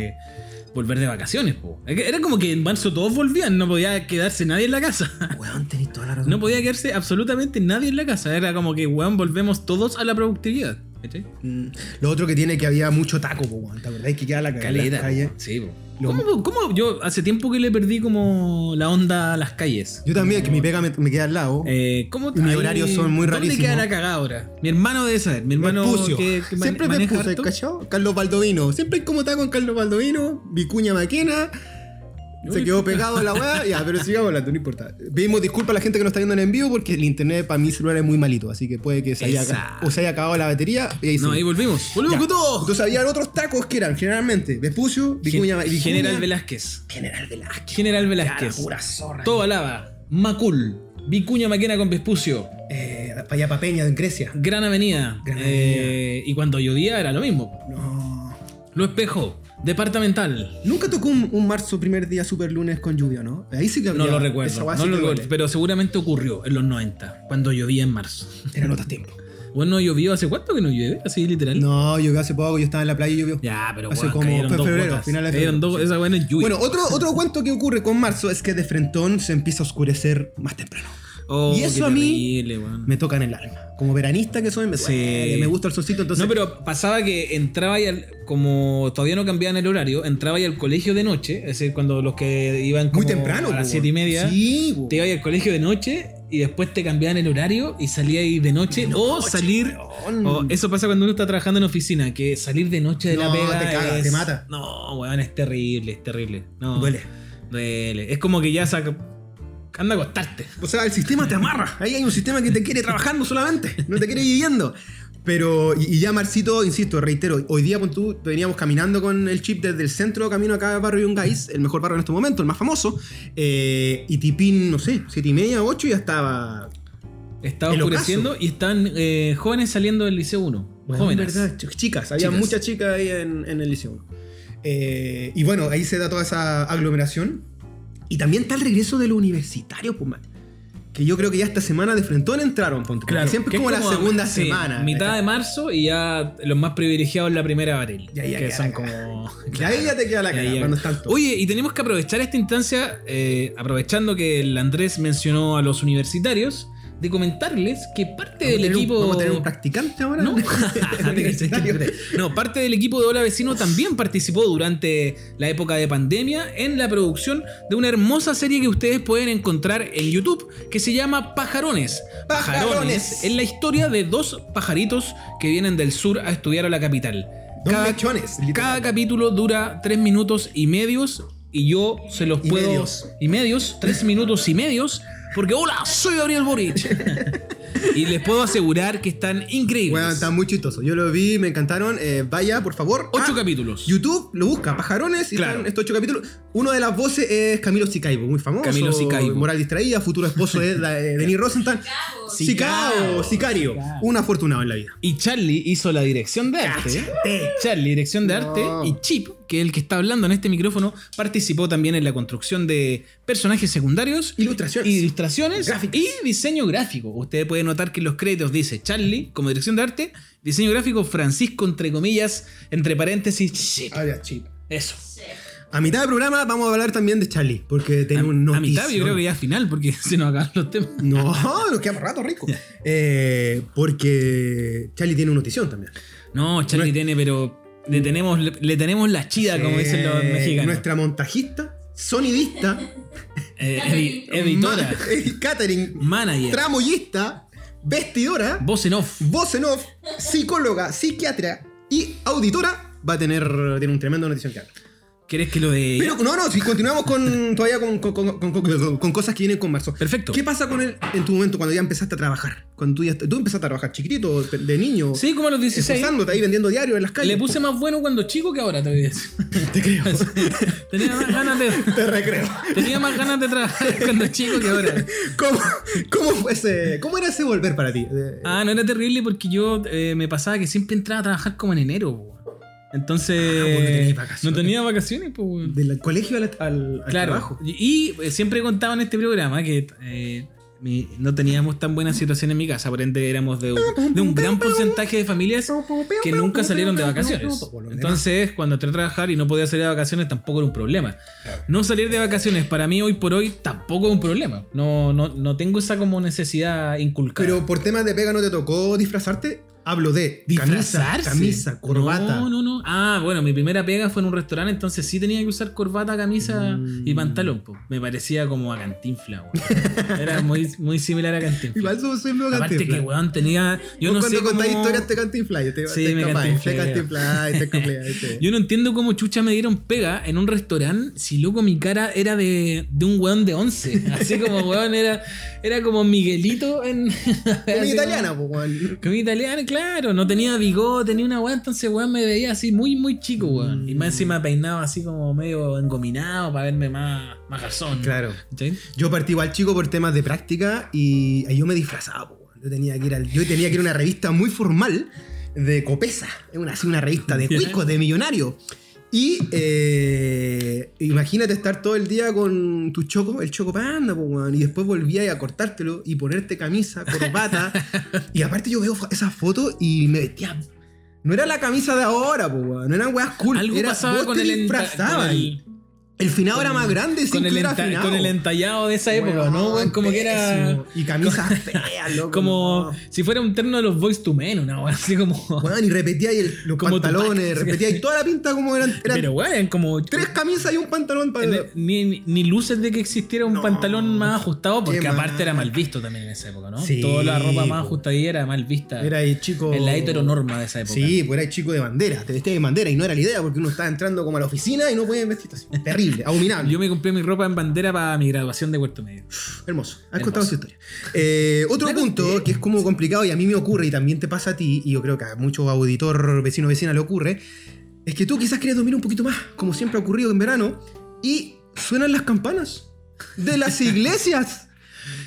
S1: volver de vacaciones. po. Es que Era como que en marzo todos volvían, no podía quedarse nadie en la casa.
S2: Weón, tenés toda la razón.
S1: No podía quedarse absolutamente nadie en la casa. Era como que, weón, volvemos todos a la productividad. ¿cachai?
S2: Mm, Lo otro que tiene que había mucho taco, po, weón. ¿Te acordás que queda la
S1: Caleta.
S2: calle?
S1: Sí, po.
S2: Lo-
S1: ¿Cómo, cómo yo hace tiempo que le perdí como la onda a las calles?
S2: Yo también, que mi pega me, me queda al lado.
S1: Eh, ¿cómo
S2: Y mis
S1: ahí-
S2: horarios son muy
S1: ¿Dónde
S2: rarísimos.
S1: queda la cagada ahora? Mi hermano debe saber. Mi hermano
S2: Merpucio.
S1: que, que mane-
S2: Siempre
S1: maneja
S2: Merpucio,
S1: harto.
S2: ¿cachado? Carlos Baldovino. Siempre hay como está con Carlos Baldovino, Vicuña Maquena. Se
S1: Uy,
S2: quedó pegado a la weá. Ya, pero sigamos hablando, no importa. Pedimos disculpas a la gente que nos está viendo en vivo porque el internet para mi celular es muy malito. Así que puede que se haya,
S1: Exacto.
S2: o se haya acabado la batería. Y ahí
S1: No,
S2: sí.
S1: ahí volvimos. ¡Volvimos
S2: Ya.
S1: con todo!
S2: Entonces había otros tacos que eran generalmente Vespucio, Vicuña
S1: Gen-
S2: Maquena.
S1: General Velázquez.
S2: General Velázquez.
S1: General
S2: Ya, la
S1: Velázquez.
S2: pura zorra.
S1: Todo Lava. Macul. Vicuña Maquena con Vespucio.
S2: Eh, para allá, para Peña, en Grecia.
S1: Gran Avenida.
S2: Gran
S1: Eh, Y cuando llovía era lo mismo. po.
S2: No.
S1: Lo Espejo. Departamental.
S2: Nunca tocó un, un marzo primer día super lunes con lluvia, ¿no? Ahí sí que
S1: No lo
S2: había- esa
S1: recuerdo.
S2: weá
S1: No
S2: sí
S1: lo
S2: que
S1: recuerdo.
S2: duele.
S1: Pero seguramente ocurrió en los 90, cuando llovía en marzo.
S2: Eran otros tiempos.
S1: Bueno, llovió hace cuánto que no llueve, así literal.
S2: No, llovió hace poco, yo estaba en la playa y llovió.
S1: Ya, pero
S2: Hace
S1: bueno,
S2: como-
S1: cayeron
S2: fue
S1: dos
S2: febrero,
S1: gotas.
S2: finales de
S1: Cayeron
S2: febrero,
S1: dos,
S2: sí.
S1: esa buena es lluvia.
S2: Bueno, otro, otro cuento que ocurre con marzo es que de frentón se empieza a oscurecer más temprano.
S1: Oh,
S2: Y
S1: qué
S2: eso a mí
S1: terrible, weón.
S2: me tocan el alma. Como veranista que soy, me,
S1: Sí.
S2: duele, me gusta el solcito, entonces...
S1: No, pero pasaba que entraba y al- como todavía no cambiaban el horario, entraba y al colegio de noche, es decir, cuando los que iban como
S2: muy temprano.
S1: a
S2: po,
S1: las siete y media,
S2: Sí, po.
S1: te ibas al colegio de noche y después te cambiaban el horario y salías ahí de noche o salir...
S2: Weón.
S1: o eso pasa cuando uno está trabajando en oficina, que salir de noche de la
S2: Mm. No,
S1: pega
S2: te caga,
S1: es-
S2: te mata.
S1: No, weón, es terrible, es terrible. No,
S2: Duele.
S1: Duele. Es como que ya saca... Anda a acostarte.
S2: O sea, el sistema te amarra. Ahí hay un sistema que te quiere trabajando solamente, no te quiere viviendo. Pero, y, y ya Marcito, insisto, reitero, hoy día con tú veníamos caminando con el chip desde el centro camino acá al barrio Yungais, el mejor barrio en este momento, el más famoso. eh, y Tipín, no sé, siete y media, ocho, ya estaba.
S1: Estaba
S2: El ocaso.
S1: oscureciendo y estaban eh, jóvenes saliendo del liceo 1.
S2: Bueno,
S1: jóvenes.
S2: ¿verdad? Ch- Chicas, había
S1: Chicas.
S2: muchas chicas ahí en, en el liceo. Eh, y bueno, ahí se da toda esa aglomeración. Y también está el regreso de los universitarios, pues, man. Que yo creo que ya esta semana de frentón entraron, ponte. Claro, siempre
S1: que
S2: es como, la segunda
S1: sí,
S2: semana.
S1: Mitad de marzo y ya los más privilegiados la primera de abril.
S2: Ya, ya,
S1: que
S2: ya,
S1: son
S2: ya.
S1: como.
S2: Y ahí ya te queda la
S1: Ya,
S2: cara
S1: ya.
S2: cuando están todos.
S1: Oye, y tenemos que aprovechar esta instancia, eh, aprovechando que el Andrés mencionó a los universitarios, de comentarles que parte
S2: Vamos a
S1: del
S2: tener un-
S1: equipo.
S2: ¿Vamos a tener un practicante ahora?
S1: No,
S2: De universitario.
S1: No, parte del equipo de Hola Vecino también participó durante la época de pandemia en la producción de una hermosa serie que ustedes pueden encontrar en YouTube que se llama Pajarones.
S2: Pajarones.
S1: es la historia de dos pajaritos que vienen del sur a estudiar a la capital.
S2: Dos
S1: Cada,
S2: mechones, literal.
S1: cada capítulo dura tres minutos y medios y yo se los
S2: Y
S1: puedo...
S2: medios.
S1: Y medios, tres minutos y medios, porque hola, soy Gabriel Boric. y les puedo asegurar que están increíbles.
S2: Bueno, está muy chistoso. Yo lo vi, me encantaron. Eh, vaya, por favor.
S1: Ocho
S2: a
S1: capítulos.
S2: YouTube lo busca, pajarones, y
S1: Claro.
S2: están estos ocho capítulos. Uno de las voces es Camilo Sicaibo, muy famoso.
S1: Camilo Sicaibo.
S2: Moral distraída, futuro esposo de la- de Denis Rosenthal. Sicao,
S1: Sicao,
S2: sicario. Un afortunado en la vida.
S1: Y Charlie hizo la dirección de arte. Charlie, dirección de
S2: No.
S1: arte. Y Chip, que es el que está hablando en este micrófono, participó también en la construcción de personajes secundarios,
S2: Ilustraciones.
S1: ilustraciones
S2: Gráficas.
S1: y diseño gráfico. Usted puede notar que en los créditos dice Charlie como dirección de arte, diseño gráfico Francisco, entre comillas, entre paréntesis, Chip.
S2: Ah, ya, chip.
S1: Eso.
S2: A mitad del programa vamos a hablar también de Charlie, porque
S1: A,
S2: tenemos un
S1: a mitad, yo
S2: notición.
S1: creo que ya final, porque se nos acaban los temas.
S2: No, nos queda rato rico. Eh, porque Charlie tiene una notición también.
S1: No, Charlie
S2: Nue-
S1: tiene, pero le tenemos, le, le tenemos la chida, como dicen los
S2: Eh,
S1: mexicanos.
S2: Nuestra montajista, sonidista,
S1: Eh, edi- editora,
S2: ma- eh, catering,
S1: manager,
S2: tramoyista, vestidora,
S1: voz en off.
S2: voz en off, psicóloga, psiquiatra y auditora va a tener tiene un tremendo notición que dar.
S1: ¿Querés que lo de.?
S2: Pero no, no, si continuamos con todavía con, con- con- con- con- con cosas que vienen con marzo.
S1: Perfecto.
S2: ¿Qué pasa con él en tu momento cuando ya empezaste a trabajar? Cuando tú ya tú empezaste a trabajar chiquitito, de niño,
S1: sí, como a los 16.
S2: esforzándote ahí vendiendo diario en las calles.
S1: Le puse más bueno cuando chico que ahora, te voy a decir.
S2: te creo.
S1: Tenía más ganas de.
S2: te recreo.
S1: Tenía más ganas de trabajar cuando chico que ahora.
S2: ¿Cómo, cómo fue ese, ¿Cómo era ese volver para ti? Eh,
S1: Ah, no era terrible porque yo eh, me pasaba que siempre entraba a trabajar como en enero, po.
S2: Ah, vos no tenías
S1: Entonces.
S2: vacaciones.
S1: no tenía vacaciones, pues,
S2: Del colegio al, al- al
S1: Claro.
S2: trabajo.
S1: Y, y, eh, siempre contaba en este programa que eh, mi- no teníamos tan buena situación en mi casa, por ende éramos de, de un gran porcentaje de familias que nunca salieron de vacaciones.
S2: Por lo demás.
S1: Entonces, cuando entré a trabajar y no podía salir de vacaciones, tampoco era un problema. No salir de vacaciones para mí hoy por hoy tampoco es un problema. No, no, no tengo esa como necesidad inculcada.
S2: Pero por temas de pega no te tocó disfrazarte. Hablo de
S1: Disfrazarse.
S2: camisa, camisa, corbata.
S1: No, no, no. Ah, bueno, mi primera pega fue en un restaurante, entonces sí tenía que usar corbata, camisa
S2: Mm.
S1: y pantalón. po. Me parecía como a Cantinfla, weón. Era muy, muy similar a Cantinfla.
S2: Igual soy soy medio
S1: Aparte
S2: cantinflas.
S1: que, weón, tenía. Yo
S2: Vos
S1: no
S2: cuando
S1: sé.
S2: contás
S1: cómo-
S2: historias te cantinflas. Te,
S1: Sí,
S2: te
S1: me
S2: escapás, te
S1: cantinfleo.
S2: cantinflas, te escapás, te-
S1: Yo no entiendo cómo chucha me dieron pega en un restaurante si loco mi cara era de, de un weón de 11. Así como weón era, era como Miguelito en.
S2: Comida
S1: así como-
S2: italiana, po, weón.
S1: Comida italiana, claro, no tenía bigote ni una weá, entonces weón me veía así muy, muy chico, weón. Y más encima peinado así como medio engominado para verme más, más garzón.
S2: Claro.
S1: ¿Cachai?
S2: Yo partí igual chico por temas de práctica y ahí yo me disfrazaba, po, weón. yo tenía que ir al- yo tenía que ir a una revista muy formal de Copesa, es una, así una revista de
S1: Ya.
S2: cuicos, de millonario. Y eh, imagínate estar todo el día con tu choco, el choco panda, po, weón, y después volvías a cortártelo y ponerte camisa, corbata. y aparte yo veo fo- esas fotos y me vestía. No era la camisa de ahora, po, weón, no eran weas cool.
S1: Algo
S2: era,
S1: pasaba
S2: vos
S1: con
S2: te
S1: el, enta- con
S2: disfrazabas.
S1: el-
S2: El finado era más grande, sí,
S1: Con
S2: que
S1: el,
S2: era
S1: enta-
S2: finado.
S1: con el entallado de esa época,
S2: Weón,
S1: ¿no? weón? Como que era.
S2: pésimo. Y camisas feas, loco.
S1: Como si fuera un terno de los Boys to Men, una weón, así como.
S2: Weón, y repetía ahí el- los
S1: Como
S2: pantalones,
S1: Tupac.
S2: repetía ahí toda la pinta como eran. eran
S1: pero weón, eran como.
S2: tres camisas y un pantalón para.
S1: en- Ni, ni- ni luces de que existiera un
S2: No.
S1: pantalón más ajustado, porque
S2: Qué
S1: aparte
S2: mal.
S1: era mal visto también en esa época, ¿no?
S2: Sí,
S1: Toda la ropa
S2: po.
S1: más ajustadilla era mal vista.
S2: Era el chico.
S1: En la heteronorma de esa época.
S2: Sí, pues era el chico de bandera. Te vestías de bandera y no era la idea porque uno estaba entrando como a la oficina y no podía vestirte así. Terrible, abominable.
S1: Yo me compré mi ropa en bandera para mi graduación de Puerto Medio.
S2: Hermoso. Has
S1: Hermoso.
S2: contado su historia. Eh, otro
S1: La
S2: punto
S1: conté.
S2: que es como complicado y a mí me ocurre y también te pasa a ti, y yo creo que a muchos auditor, vecino, vecina le ocurre, es que tú quizás quieres dormir un poquito más, como siempre ha ocurrido en verano, y suenan las campanas de las iglesias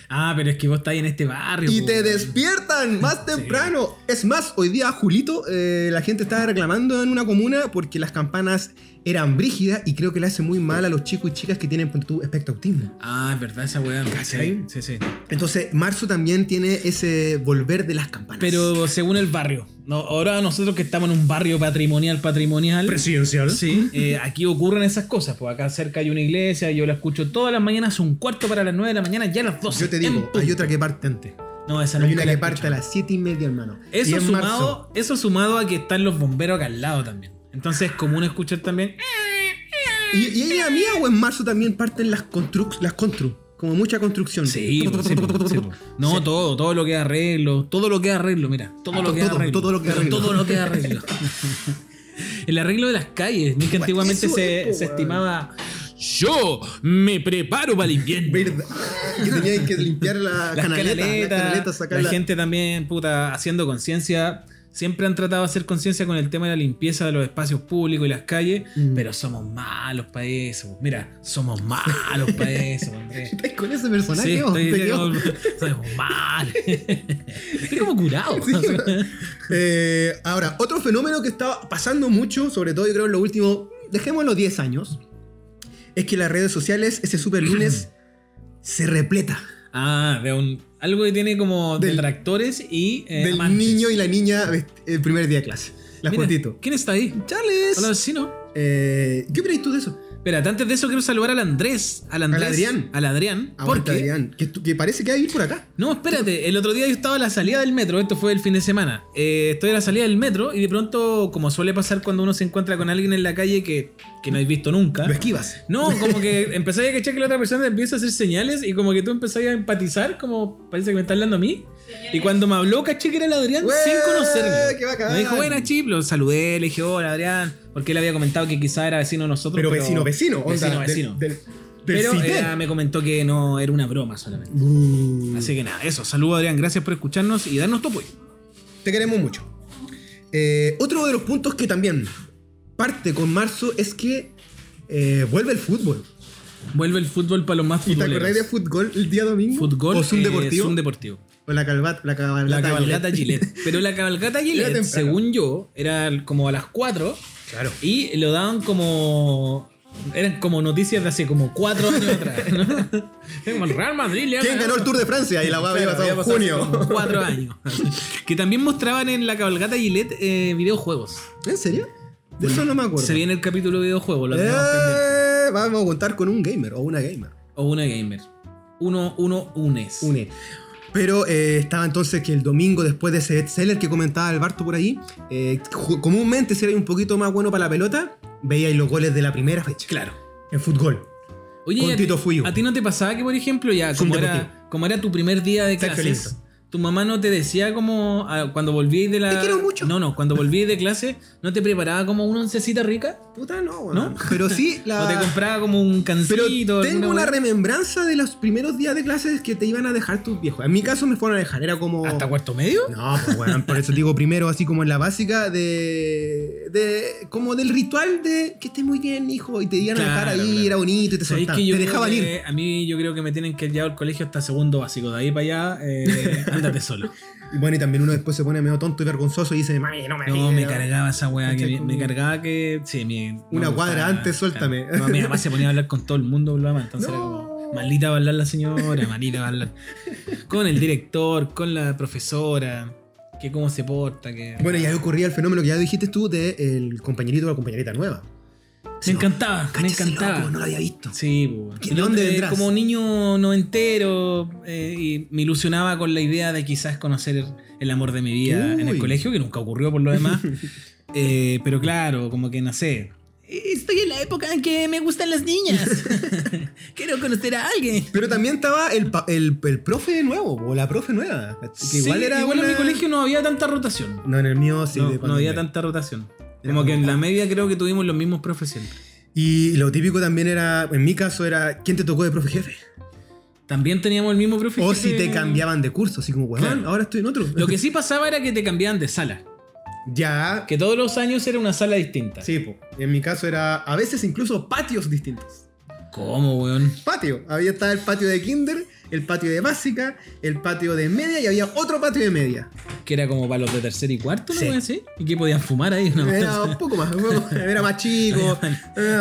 S1: Ah, pero es que vos estáis en este barrio.
S2: y
S1: po,
S2: te
S1: weón.
S2: despiertan más temprano. Es más, hoy día, Julito, eh, la gente estaba reclamando en una comuna porque las campanas eran brígidas y creo que le hace muy mal a los chicos y chicas que tienen ponte tú, espectro autismo.
S1: Ah, es verdad esa weá. Sí,
S2: ¿Cachai?
S1: sí, sí.
S2: Entonces, marzo también tiene ese volver de las campanas.
S1: Pero según el barrio. No, ahora nosotros que estamos en un barrio patrimonial, patrimonial.
S2: presidencial.
S1: Sí, eh, aquí ocurren esas cosas. Pues acá cerca hay una iglesia, yo la escucho todas las mañanas, un cuarto para las 9 de la mañana, ya a las 12.
S2: Yo te
S1: en
S2: digo,
S1: punto.
S2: hay otra que parte antes.
S1: No, esa
S2: Hay
S1: nunca
S2: una
S1: la
S2: que
S1: he
S2: parte a
S1: escuchado.
S2: las 7 y media, hermano. Y
S1: Eso
S2: en marzo.
S1: sumado, eso sumado a que están los bomberos acá al lado también. Entonces es común escuchar también.
S2: ¿Y, y ella mía o en marzo también parten las construc las constru? Como mucha construcción.
S1: Sí, po, sí, po, sí, po. No, todo, todo lo que es arreglo, todo lo que es arreglo, mira, todo
S2: Ah,
S1: lo
S2: to-
S1: que es
S2: todo,
S1: arreglo.
S2: todo lo que es
S1: Pero
S2: arreglo.
S1: todo lo que es arreglo. El arreglo de las calles, ni que
S2: Guau,
S1: antiguamente
S2: eso
S1: se,
S2: es, po,
S1: se
S2: weón.
S1: estimaba. Yo me preparo para el invierno.
S2: ¿Verdad? Que tenían que limpiar la
S1: Las
S2: canaleta,
S1: canaletas,
S2: la canaleta, sacar
S1: la,
S2: la-
S1: gente también, puta, haciendo conciencia. Siempre han tratado de hacer conciencia con el tema de la limpieza de los espacios públicos y las calles,
S2: Mm.
S1: pero somos malos para eso. Mira, somos malos para eso, Andrés.
S2: ¿Estás con ese personaje?
S1: Sí,
S2: ¿o?
S1: estoy,
S2: Te quedó-
S1: estoy- estoy mal. Estoy como curado.
S2: Sí, bueno. Eh, ahora, otro fenómeno que está pasando mucho, sobre todo yo creo en los últimos, dejemos los 10 años, es que las redes sociales ese super lunes se repleta
S1: Ah, de un, algo que tiene como
S2: Del-
S1: detractores y eh,
S2: del
S1: amantes.
S2: niño y la niña vest- el primer día de clase. La
S1: Mira,
S2: fotito.
S1: ¿Quién está ahí?
S2: Charles.
S1: Hola, vecino.
S2: Eh, ¿Qué opinas tú de eso?
S1: Espera, antes de eso quiero saludar al Andrés. Al Andrés.
S2: Adrián.
S1: Al Adrián.
S2: Aguanta,
S1: porque-
S2: Adrián, que, tú- que parece que hay por acá.
S1: No, espérate, el otro día yo estaba a la salida del metro, esto fue el fin de semana. Eh, estoy a la salida del metro y de pronto, como suele pasar cuando uno se encuentra con alguien en la calle que, que no has visto nunca.
S2: Lo esquivas.
S1: ¿Ah? No, como que empezáis a cachar que la otra persona te empieza a hacer señales y como que tú empezáis a empatizar, como parece que me está hablando a mí. Y cuando me habló, caché que era el Adrián
S2: Güey,
S1: sin conocerlo.
S2: qué bacán.
S1: Me dijo, buena chip, lo saludé, le dije, hola Adrián, porque él había comentado que quizá era vecino de nosotros.
S2: Pero vecino, vecino. onda,
S1: Vecino,
S2: del-
S1: vecino.
S2: Del, del
S1: Pero
S2: CITEC.
S1: eh, me comentó que no era una broma solamente.
S2: Uh.
S1: Así que nada, eso. Saludos Adrián, gracias por escucharnos y darnos tu apoyo.
S2: Te queremos mucho. Eh, otro de los puntos que también parte con marzo es que eh, vuelve el fútbol.
S1: Vuelve el fútbol para los más
S2: ¿Y te
S1: futboleros.
S2: acordáis de fútbol el día domingo?
S1: fútbol?
S2: ¿O Zoom
S1: eh,
S2: Deportivo?
S1: Zoom deportivo.
S2: ¿O la, calvat- la cabalgata?
S1: La cabalgata
S2: Gillette.
S1: Gillette. Pero la cabalgata Gillette,
S2: temprano.
S1: según yo, era como a las 4
S2: Claro.
S1: y lo daban como... Eran como noticias de hace como 4 años atrás. ¿no? Como el Real Madrid le ha
S2: ¿Quién
S1: ganado-
S2: ganó el Tour de Francia? Y la guava
S1: Claro,
S2: había pasado en junio.
S1: 4 años. que también mostraban en la cabalgata Gillette eh, videojuegos.
S2: ¿En serio? De eso no me acuerdo.
S1: Se viene el capítulo de videojuegos. Lo tenemos pendiente.
S2: Eh, vamos a contar con un gamer o una gamer.
S1: O una gamer. Uno, uno unes.
S2: Une. Pero eh, estaba entonces que el domingo, después de ese bestseller que comentaba el Barto por ahí, eh, ju- comúnmente si erais un poquito más bueno para la pelota, veíais los goles de la primera fecha.
S1: Claro.
S2: En fútbol.
S1: Oye,
S2: Con
S1: ¿a ti-
S2: Tito Fuyu.
S1: ¿a ti no te pasaba que, por ejemplo, ya
S2: Zoom
S1: como era,
S2: deportivo.
S1: como era tu primer día de
S2: Sexto
S1: clases, tu mamá no te decía como ah, cuando volvíais de la...
S2: Te quiero mucho.
S1: No, no, cuando volvíais de clase, ¿no te preparaba como una oncecita rica?
S2: Puta, no,
S1: ¿No?
S2: ¿No? Pero sí, la.
S1: ¿O te compraba como un
S2: Pero
S1: cancito?
S2: tengo
S1: alguna
S2: una
S1: wea?
S2: remembranza de los primeros días de clases que te iban a dejar tus viejos. En mi caso me fueron a dejar, era como.
S1: ¿Hasta cuarto medio?
S2: No, pues weón, por eso digo primero, así como en la básica de. de como del ritual de que estés muy bien, hijo, y te iban a dejar
S1: Claro,
S2: ahí,
S1: claro.
S2: era bonito y te
S1: ¿Sabéis
S2: soltaban.
S1: que yo
S2: Te
S1: creo
S2: dejaban
S1: que
S2: ir.
S1: A mí yo creo que me tienen que llevar al colegio hasta segundo básico. De ahí para allá, eh, ándate solo.
S2: Y bueno, y también uno después se pone medio tonto y vergonzoso y dice, "Mami, no me
S1: No,
S2: digas".
S1: me cargaba esa weá.
S2: ¿Cachai?
S1: Que me, me
S2: Como-
S1: cargaba que. Sí, mi- no
S2: Una
S1: me
S2: cuadra
S1: gustaba,
S2: antes, suéltame.
S1: No, mi mamá se ponía a hablar con todo el mundo, bla, bla, Entonces era como.
S2: No.
S1: Maldita va a hablar la señora, maldita va a hablar. Con el director, con la profesora. Que cómo se porta, que.
S2: Bueno, y ahí ocurría el fenómeno que ya dijiste tú del compañerito o la compañerita nueva.
S1: Me encantaba, me
S2: Cáchese,
S1: encantaba.
S2: loco, no lo había visto.
S1: Sí, po, weón.
S2: ¿De
S1: Yo,
S2: dónde
S1: eh,
S2: vendrás?
S1: Como niño noventero, eh, y me ilusionaba con la idea de quizás conocer el amor de mi vida en el
S2: Uy.
S1: colegio, que nunca ocurrió por lo demás. Eh, pero claro, como que no sé. Estoy en la época en que me gustan las niñas. Quiero conocer a alguien.
S2: Pero también estaba el, pa- el, el profe nuevo, o la profe nueva. Que igual era
S1: igual en
S2: una-
S1: mi colegio no había tanta rotación.
S2: No, en el mío sí.
S1: no,
S2: de
S1: no
S2: cuando
S1: había
S2: era.
S1: tanta rotación.
S2: Era
S1: Como que en
S2: como-
S1: la media creo que tuvimos los mismos profes siempre.
S2: Y lo típico también era, en mi caso, era ¿quién te tocó de profe jefe?
S1: También teníamos el mismo profe.
S2: O
S1: jefe.
S2: si te cambiaban de curso, así como, weón,
S1: Claro.
S2: ahora estoy en otro.
S1: Lo que sí pasaba era que te cambiaban de sala.
S2: Ya.
S1: Que todos los años era una sala distinta.
S2: Sí, po. en mi caso era a veces incluso patios distintos.
S1: ¿Cómo, weón?
S2: Patio. Había estaba el patio de kinder, el patio de básica, el patio de media y había otro patio de media.
S1: Que era como para los de tercer y cuarto, ¿no?
S2: Sí.
S1: ¿Sí? ¿Y que podían fumar ahí? No,
S2: Era un poco más, era más chico, era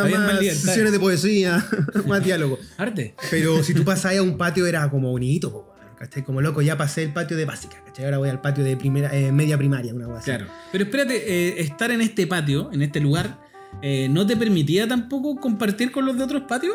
S1: había más
S2: más
S1: libertad.
S2: sesiones de poesía, más diálogo.
S1: Arte.
S2: Pero si tú pasabas a un patio era como bonito, po, weón, ¿cachai? Como loco, ya pasé el patio de básica, ¿cachai? Ahora voy al patio de primera, eh, media primaria, una cosa así.
S1: Claro. Pero espérate, eh, estar en este patio, en este lugar, eh, ¿no te permitía tampoco compartir con los de otros patios?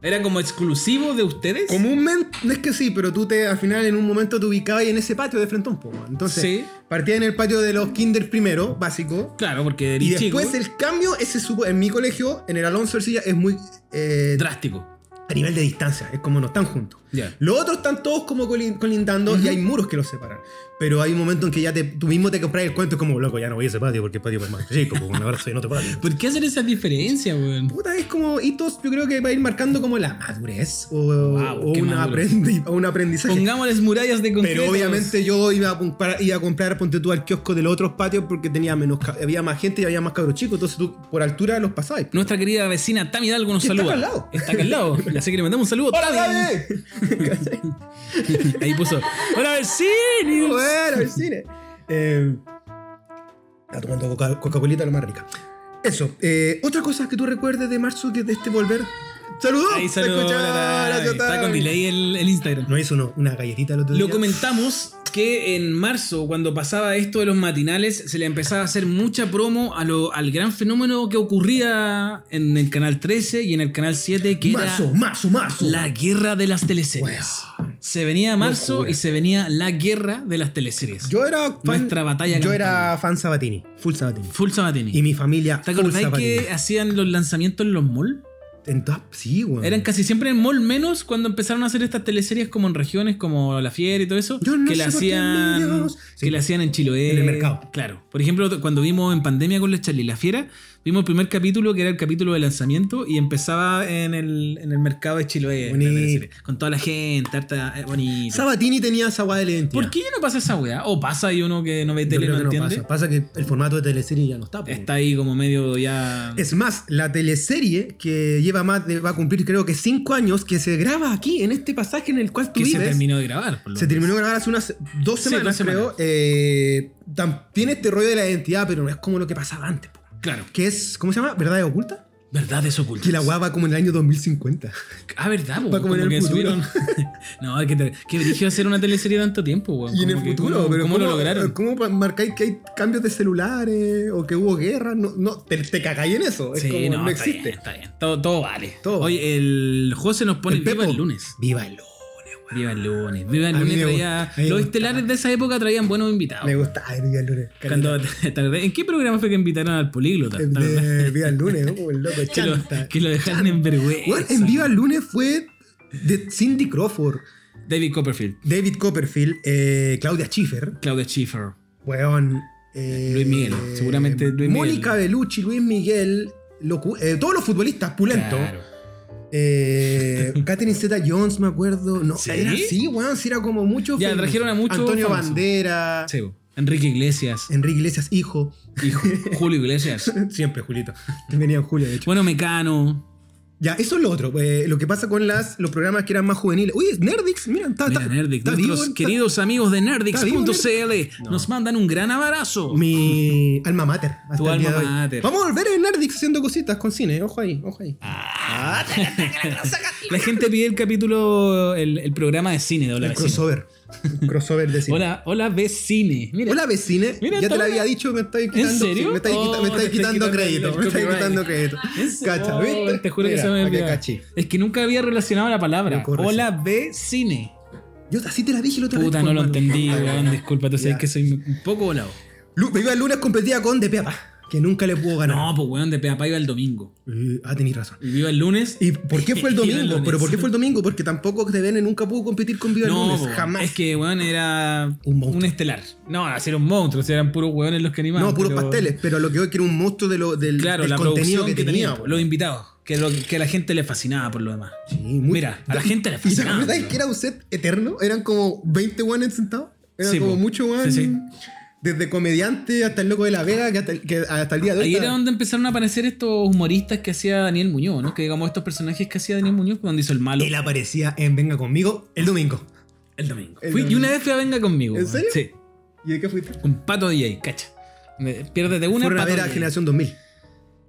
S1: ¿Era como exclusivo de ustedes?
S2: Comúnmente es que sí, pero tú te al final en un momento te ubicabas en ese patio de Frentón, po, weón. Entonces,
S1: Sí.
S2: partías en el patio de los kinder primero, básico.
S1: Claro, porque eres
S2: Y
S1: chico.
S2: después el cambio, ese supo- en mi colegio, en el Alonso Ercilla, es muy eh,
S1: Drástico.
S2: a nivel de distancia, es como no están juntos.
S1: Ya.
S2: Los otros están todos como colin- colindando y hay muros que los separan. Pero hay un momento en que ya te, tú mismo te compras el cuento es como, loco, ya no voy a ese patio porque el patio es más chico, porque ahora estoy en otro patio.
S1: ¿Por qué hacer esas diferencias, weón?
S2: Puta, es como hitos, yo creo que va a ir marcando como la madurez o, o
S1: qué
S2: una
S1: maduro.
S2: aprendi- o un aprendizaje.
S1: Pongámosles murallas de concreto.
S2: Pero obviamente yo iba a, comprar, iba a comprar, ponte tú al kiosco de los otros patios porque tenía menos, ca- había más gente y había más cabros chicos, entonces tú por altura los pasabas.
S1: Nuestra querida vecina Tami Hidalgo nos
S2: Que está
S1: saluda.
S2: acá al lado.
S1: Está acá al lado. Así que le mandamos un saludo.
S2: ¡Hola,
S1: Tami.
S2: Gaby!
S1: Ahí puso. ¡Hola, vecinos!
S2: bueno, el cine. Eh, está tomando Coca- Coca-Colita, lo más rica. Eso. eh, Otra cosa que tú recuerdes de marzo que de este volver. ¡Saludos!
S1: Ahí saludó
S2: Te
S1: a la
S2: escuchaba,
S1: Tami.
S2: gracias,
S1: Está
S2: Tami.
S1: con delay el, el Instagram.
S2: No hizo uno- una galletita el otro
S1: Lo
S2: día.
S1: comentamos que en marzo, cuando pasaba esto de los matinales, se le empezaba a hacer mucha promo a lo- al gran fenómeno que ocurría en el canal 13 y en el canal 7, que
S2: Marzo,
S1: era
S2: marzo, marzo.
S1: la guerra de las teleseries. Se venía marzo
S2: Locura.
S1: y se venía la guerra de las teleseries.
S2: Yo era fan.
S1: Nuestra batalla
S2: Yo
S1: campal.
S2: era fan Sabatini. Full Sabatini.
S1: Full Sabatini.
S2: Y mi familia.
S1: ¿Te
S2: full
S1: acordáis
S2: Sabatini.
S1: que hacían los lanzamientos en los malls?
S2: En todas- sí, weón.
S1: Eran casi siempre en mall menos cuando empezaron a hacer estas teleseries como en regiones como La Fiera y todo eso.
S2: Yo no
S1: que
S2: sé
S1: la
S2: por qué no
S1: hacían.
S2: llegamos.
S1: Que
S2: Sí.
S1: la hacían en Chiloé.
S2: En el mercado.
S1: Claro. Por ejemplo, cuando vimos en pandemia con la Charlie La Fiera, vimos el primer capítulo que era el capítulo de lanzamiento y empezaba en el, en el mercado de Chiloé.
S2: Bonito.
S1: la teleserie, Con toda la gente, harta, eh, bonito.
S2: Sabatini tenía esa guada de la identidad.
S1: ¿Por qué ya no pasa esa weá? O pasa y uno que no ve
S2: Yo
S1: tele
S2: creo
S1: no
S2: que no
S1: entiende.
S2: pasa. Pasa que el formato de teleserie ya no está. po.
S1: Está ahí como medio ya.
S2: Es más, la teleserie que lleva más de- va a cumplir creo que cinco años, que se graba aquí, en este pasaje en el cual tú
S1: que se
S2: vives.
S1: terminó de grabar. por lo
S2: se
S1: menos.
S2: terminó de grabar hace unas dos
S1: Sí,
S2: semanas,
S1: dos semanas.
S2: creo. Eh, tam- tiene este rollo de la identidad, pero no es como lo que pasaba antes. po.
S1: Claro.
S2: Que es, ¿cómo se llama? ¿Verdad oculta?
S1: Verdades ocultas.
S2: Que la weá va como en el año 2050.
S1: Ah, verdad, po,
S2: Va como en el
S1: que
S2: futuro.
S1: no, que, te... que brígido hacer una teleserie tanto tiempo, weón.
S2: Y en el
S1: Como que
S2: futuro,
S1: ¿cómo,
S2: pero
S1: cómo lo lograron?
S2: ¿Cómo pa- marcáis que hay cambios de celulares o que hubo guerra? No, no, te, te cagáis en eso. Es como, no,
S1: está
S2: existe.
S1: bien, está bien. Todo, todo vale.
S2: Todo.
S1: Oye, el José nos pone
S2: El
S1: viva
S2: Pepo.
S1: el lunes.
S2: Viva el lunes, weón.
S1: Viva el lunes. Viva el
S2: A mí
S1: lunes
S2: me
S1: traía.
S2: gusta, a mí me
S1: Los
S2: gusta.
S1: estelares de esa época traían buenos invitados.
S2: Me gusta ay, Viva el lunes.
S1: Cuando- tarde- ¿En qué programa fue que invitaron al políglota?
S2: Eh,
S1: ¿Te acordás?
S2: de Viva el lunes, ¿no? como el loco
S1: Que lo,
S2: chanta.
S1: que lo dejaron en vergüenza.
S2: Weón, en Viva el lunes fue de Cindy Crawford,
S1: David Copperfield,
S2: David Copperfield, eh, Claudia Schiffer,
S1: Claudia Schiffer.
S2: weón. eh,
S1: Luis Miguel, seguramente Luis Miguel.
S2: Mónica Bellucci, Luis Miguel, locu- eh, todos los futbolistas, Pulento.
S1: Claro.
S2: Eh, Catherine Zeta Jones, me acuerdo. No,
S1: ¿Sí?
S2: era así, weón. Sí, era como mucho.
S1: Ya,
S2: famoso.
S1: trajeron a muchos
S2: Antonio
S1: famosos.
S2: Bandera,
S1: Sí, po. Enrique Iglesias,
S2: Enrique Iglesias, hijo.
S1: y Ju- Julio Iglesias.
S2: Siempre, Julito. Venía en Julio, de hecho.
S1: Bueno, Mecano.
S2: Ya, eso es lo otro. eh, lo que pasa con las, los programas que eran más juveniles. Uy, Nerdix, mira, está,
S1: Mira,
S2: está-
S1: Nerdix,
S2: está
S1: nuestros
S2: vivo, está-
S1: queridos amigos de
S2: vivo,
S1: Nerdix.cl nos mandan un gran abrazo.
S2: Mi alma mater. hasta
S1: Tu
S2: el día
S1: alma
S2: de hoy.
S1: mater.
S2: Vamos a volver en Nerdix haciendo cositas con cine. Ojo ahí, ojo ahí.
S1: Ah, ¡Ah! taca, taca, la cosa, La gente pide el capítulo, el, el programa de cine de Hola
S2: El
S1: Vecino.
S2: crossover. El crossover de cine. Hola,
S1: Hola, hola vecine. Mira,
S2: vecine.
S1: Mira,
S2: ya
S1: está
S2: te lo
S1: buena.
S2: había dicho, me estáis quitando. sí,
S1: serio?
S2: me estáis, quita-
S1: Oh,
S2: me
S1: te
S2: estáis
S1: estoy quitando
S2: quitando
S1: el-
S2: crédito.
S1: el
S2: Me estáis
S1: copyright.
S2: quitando crédito.
S1: Eso,
S2: Cacha, ¿viste?
S1: Oh, Te juro que
S2: Mira,
S1: se me
S2: pa' que
S1: olvidaba.
S2: caché.
S1: Es que nunca había relacionado la palabra.
S2: Me corre,
S1: Hola vecine.
S2: Yo así te la dije el otro
S1: Puta, no lo entendí, weón. Disculpa, tú sabes
S2: Ya.
S1: que soy un poco volado.
S2: Viva el lunes competía con De Peapa, que nunca le pudo ganar.
S1: No, pues weón, de Peapa iba el domingo.
S2: Eh, ah, tenéis razón.
S1: Y viva el lunes.
S2: ¿Y por qué fue el
S1: Viva el
S2: domingo? ¿Pero
S1: lunes.
S2: por qué fue el domingo? Porque tampoco TVN nunca pudo competir con Viva el
S1: no,
S2: lunes.
S1: po,
S2: Jamás.
S1: Es que weón era
S2: Un
S1: un,
S2: monstruo.
S1: estelar. No, así era un monstruo, o sea, eran puros weones los que animaban.
S2: no, puros
S1: pero-
S2: pasteles. Pero lo que hoy que era un monstruo de lo, del,
S1: Claro,
S2: del
S1: la
S2: contenido
S1: producción
S2: que, tenía. po.
S1: los invitados, que, lo- que a la gente le fascinaba por lo demás.
S2: Sí, muy-
S1: Mira, a la gente le
S2: ¿Y te
S1: fascinaba.
S2: acuerdas
S1: weón.
S2: que era un set eterno? Eran como 20 guanes sentados. Era
S1: Sí,
S2: como
S1: po.
S2: mucho guan.
S1: Sí, sí.
S2: Desde comediante hasta el loco de la Vega, que hasta, que hasta el día de hoy.
S1: Ahí
S2: está-
S1: era donde empezaron a aparecer estos humoristas que hacía Daniel Muñoz, ¿no? Que digamos estos personajes que hacía Daniel Muñoz cuando hizo el malo
S2: Él aparecía en Venga conmigo el domingo.
S1: el domingo.
S2: el
S1: Fui- Y
S2: domingo.
S1: una vez fui a Venga conmigo.
S2: ¿En
S1: weón.
S2: serio?
S1: Sí,
S2: ¿Y de qué fuiste?
S1: con Pato DJ, cacha. Me- Piérdete una
S2: Fueron a
S1: Pato
S2: ver a
S1: DJ.
S2: Generación 2000.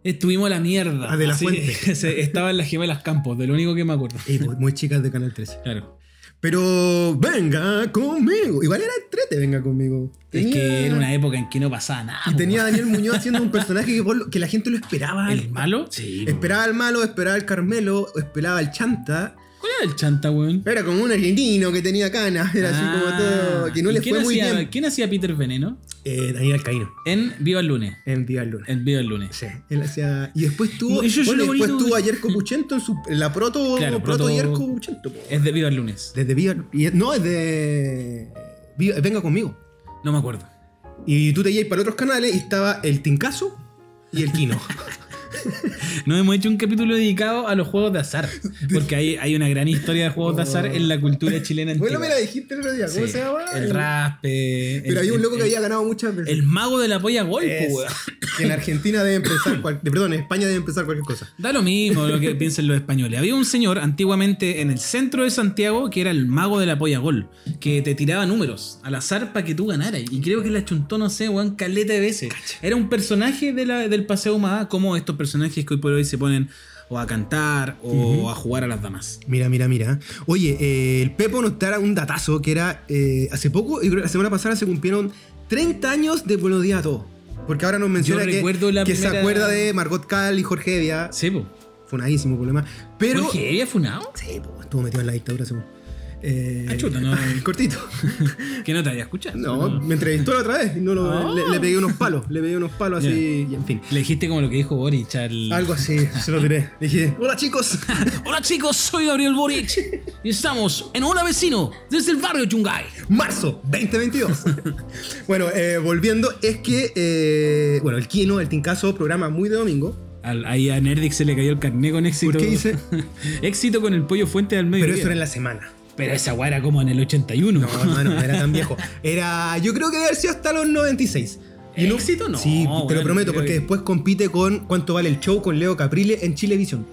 S1: Estuvimos a la mierda.
S2: Ah, de la
S1: Así
S2: fuente.
S1: que se- Estaba en las Gemelas Campos, de lo único que me acuerdo.
S2: Y pues, muy chicas de Canal 13.
S1: Claro.
S2: Pero venga conmigo. Igual era trete, venga conmigo.
S1: Es
S2: Tenía-
S1: que era una época en que no pasaba nada.
S2: Y
S1: po,
S2: tenía a Daniel Muñoz haciendo un personaje que, por lo- que la gente lo esperaba.
S1: weón. ¿El malo? Sí. po.
S2: Esperaba al malo, esperaba al Carmelo, esperaba al Chanta.
S1: ¿Cuál era el chanta, weón?
S2: Era como un argentino que tenía canas, era así como
S1: Ah,
S2: todo. Que no
S1: ¿y
S2: le
S1: quién
S2: fue muy
S1: hacía-
S2: bien.
S1: ¿Quién hacía Peter Veneno?
S2: Eh, Daniel Alcaíno,
S1: En Viva el Lunes.
S2: en Viva el Lunes.
S1: En Viva el Lunes.
S2: Sí, él hacía. Y después tuvo.
S1: Y yo- yo
S2: bueno,
S1: lo
S2: después
S1: bonito-
S2: tuvo a Yerko Puchento en su. en La proto.
S1: Claro,
S2: proto,
S1: proto-
S2: Yerko Puchento. po.
S1: Es de Viva el Lunes.
S2: Desde Viva. y- No, es de. Viva- venga conmigo.
S1: No me acuerdo.
S2: Y tú te ibas para otros canales y estaba el Tincaso y el Kino.
S1: No hemos hecho un capítulo dedicado a los juegos de azar. Porque hay, hay una gran historia de juegos de azar en la cultura chilena antigua.
S2: bueno, me la dijiste el otro día. ¿Cómo
S1: Sí.
S2: se llama?
S1: El raspe. el-
S2: Pero había un loco
S1: el-
S2: que había ganado muchas veces.
S1: El mago de la polla golpe,
S2: Es-
S1: weón.
S2: que en Argentina debe empezar. cual- Perdón, en España debe empezar cualquier cosa.
S1: Da lo mismo lo que piensen los españoles. Había un señor antiguamente en el centro de Santiago que era el mago de la polla gol, que te tiraba números al azar para que tú ganaras. Y creo que la chuntó, no sé, weón, caleta de veces. Era un personaje de la- del Paseo Humada, como estos personajes que hoy por hoy se ponen o a cantar o a jugar a las damas.
S2: Mira, mira, mira. Oye, eh, el Pepo nos dará un datazo que era eh, hace poco, y creo que la semana pasada se cumplieron 30 años de Buenos Días a Todos. Porque ahora nos menciona que,
S1: recuerdo la
S2: que se
S1: primera-
S2: acuerda de Margot Cal y Jorge Evia.
S1: Sí, po.
S2: Funadísimo problema. Pero.
S1: Jorge Evia funado?
S2: Sí, po, estuvo metido en la dictadura, según. Eh,
S1: Ah, chuta, no.
S2: Cortito.
S1: Que no te había escuchado.
S2: No, me entrevistó la otra vez. y No lo-
S1: Ah.
S2: le, le pegué unos palos, le pegué unos palos
S1: Ya.
S2: así, y en fin.
S1: Le dijiste como lo que dijo Boric al...
S2: Algo así, se lo tiré. Le dije, hola chicos.
S1: Hola chicos, soy Gabriel Boric y estamos en Hola Vecino desde el barrio Chungay.
S2: Marzo 2022. bueno, eh, volviendo, es que, eh, bueno, el Kino, el Tincaso, programa muy de domingo.
S1: Al- ahí a Nerdic se le cayó el carné con éxito.
S2: ¿Por qué hice?
S1: éxito con el pollo fuente del medio.
S2: Pero eso era en la semana.
S1: Pero esa weá era como en el 81.
S2: No, hermano, no era tan viejo. Era, yo creo que debe haber sido hasta los 96.
S1: ¿Éxito? No,
S2: Sí, te
S1: bueno,
S2: lo prometo,
S1: creo
S2: porque
S1: que-
S2: después compite con cuánto vale el show con Leo Caprile en Chilevisión.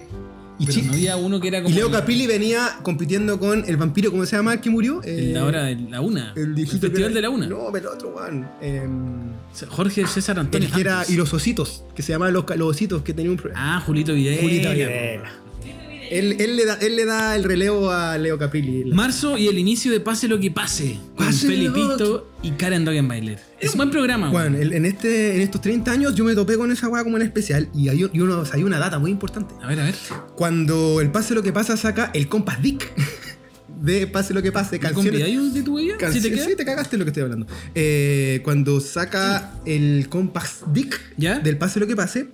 S2: Y,
S1: Pero
S2: Chi-
S1: no había uno que era
S2: y
S1: como.
S2: Leo
S1: el-
S2: Caprile venía compitiendo con el vampiro, ¿cómo se llama? El que murió.
S1: el de
S2: Eh,
S1: ahora, el- la una.
S2: El viejito que
S1: Festival
S2: era-
S1: de la una.
S2: No, pero el otro, weón. Em,
S1: Jorge César Antonio.
S2: el que era,
S1: Santos.
S2: y los ositos, que se llamaban los, ca- los ositos, que tenía un problema.
S1: Ah, Julito Videla.
S2: Julita Videla. Él, él le da, él le da el relevo a Leo Caprilli. La-
S1: Marzo y el inicio de Pase lo que pase. Con
S2: Pase lo
S1: Felipito y Karen Doggenbailer. Es un buen programa. weón.
S2: Bueno, el- en, este, en estos 30 años yo me topé con esa weá como en especial y hay, y uno, hay una data muy importante.
S1: A ver, a ver.
S2: Cuando el Pase lo que pasa saca el compás Dick de Pase lo que pase,
S1: ¿Compi,
S2: canciones.
S1: ¿Hay un de tu vida? ¿Sí te
S2: canciones-
S1: queda?
S2: sí, te cagaste lo que estoy hablando. Eh, cuando saca el compás Dick
S1: ¿Ya?
S2: del Pase lo que pase,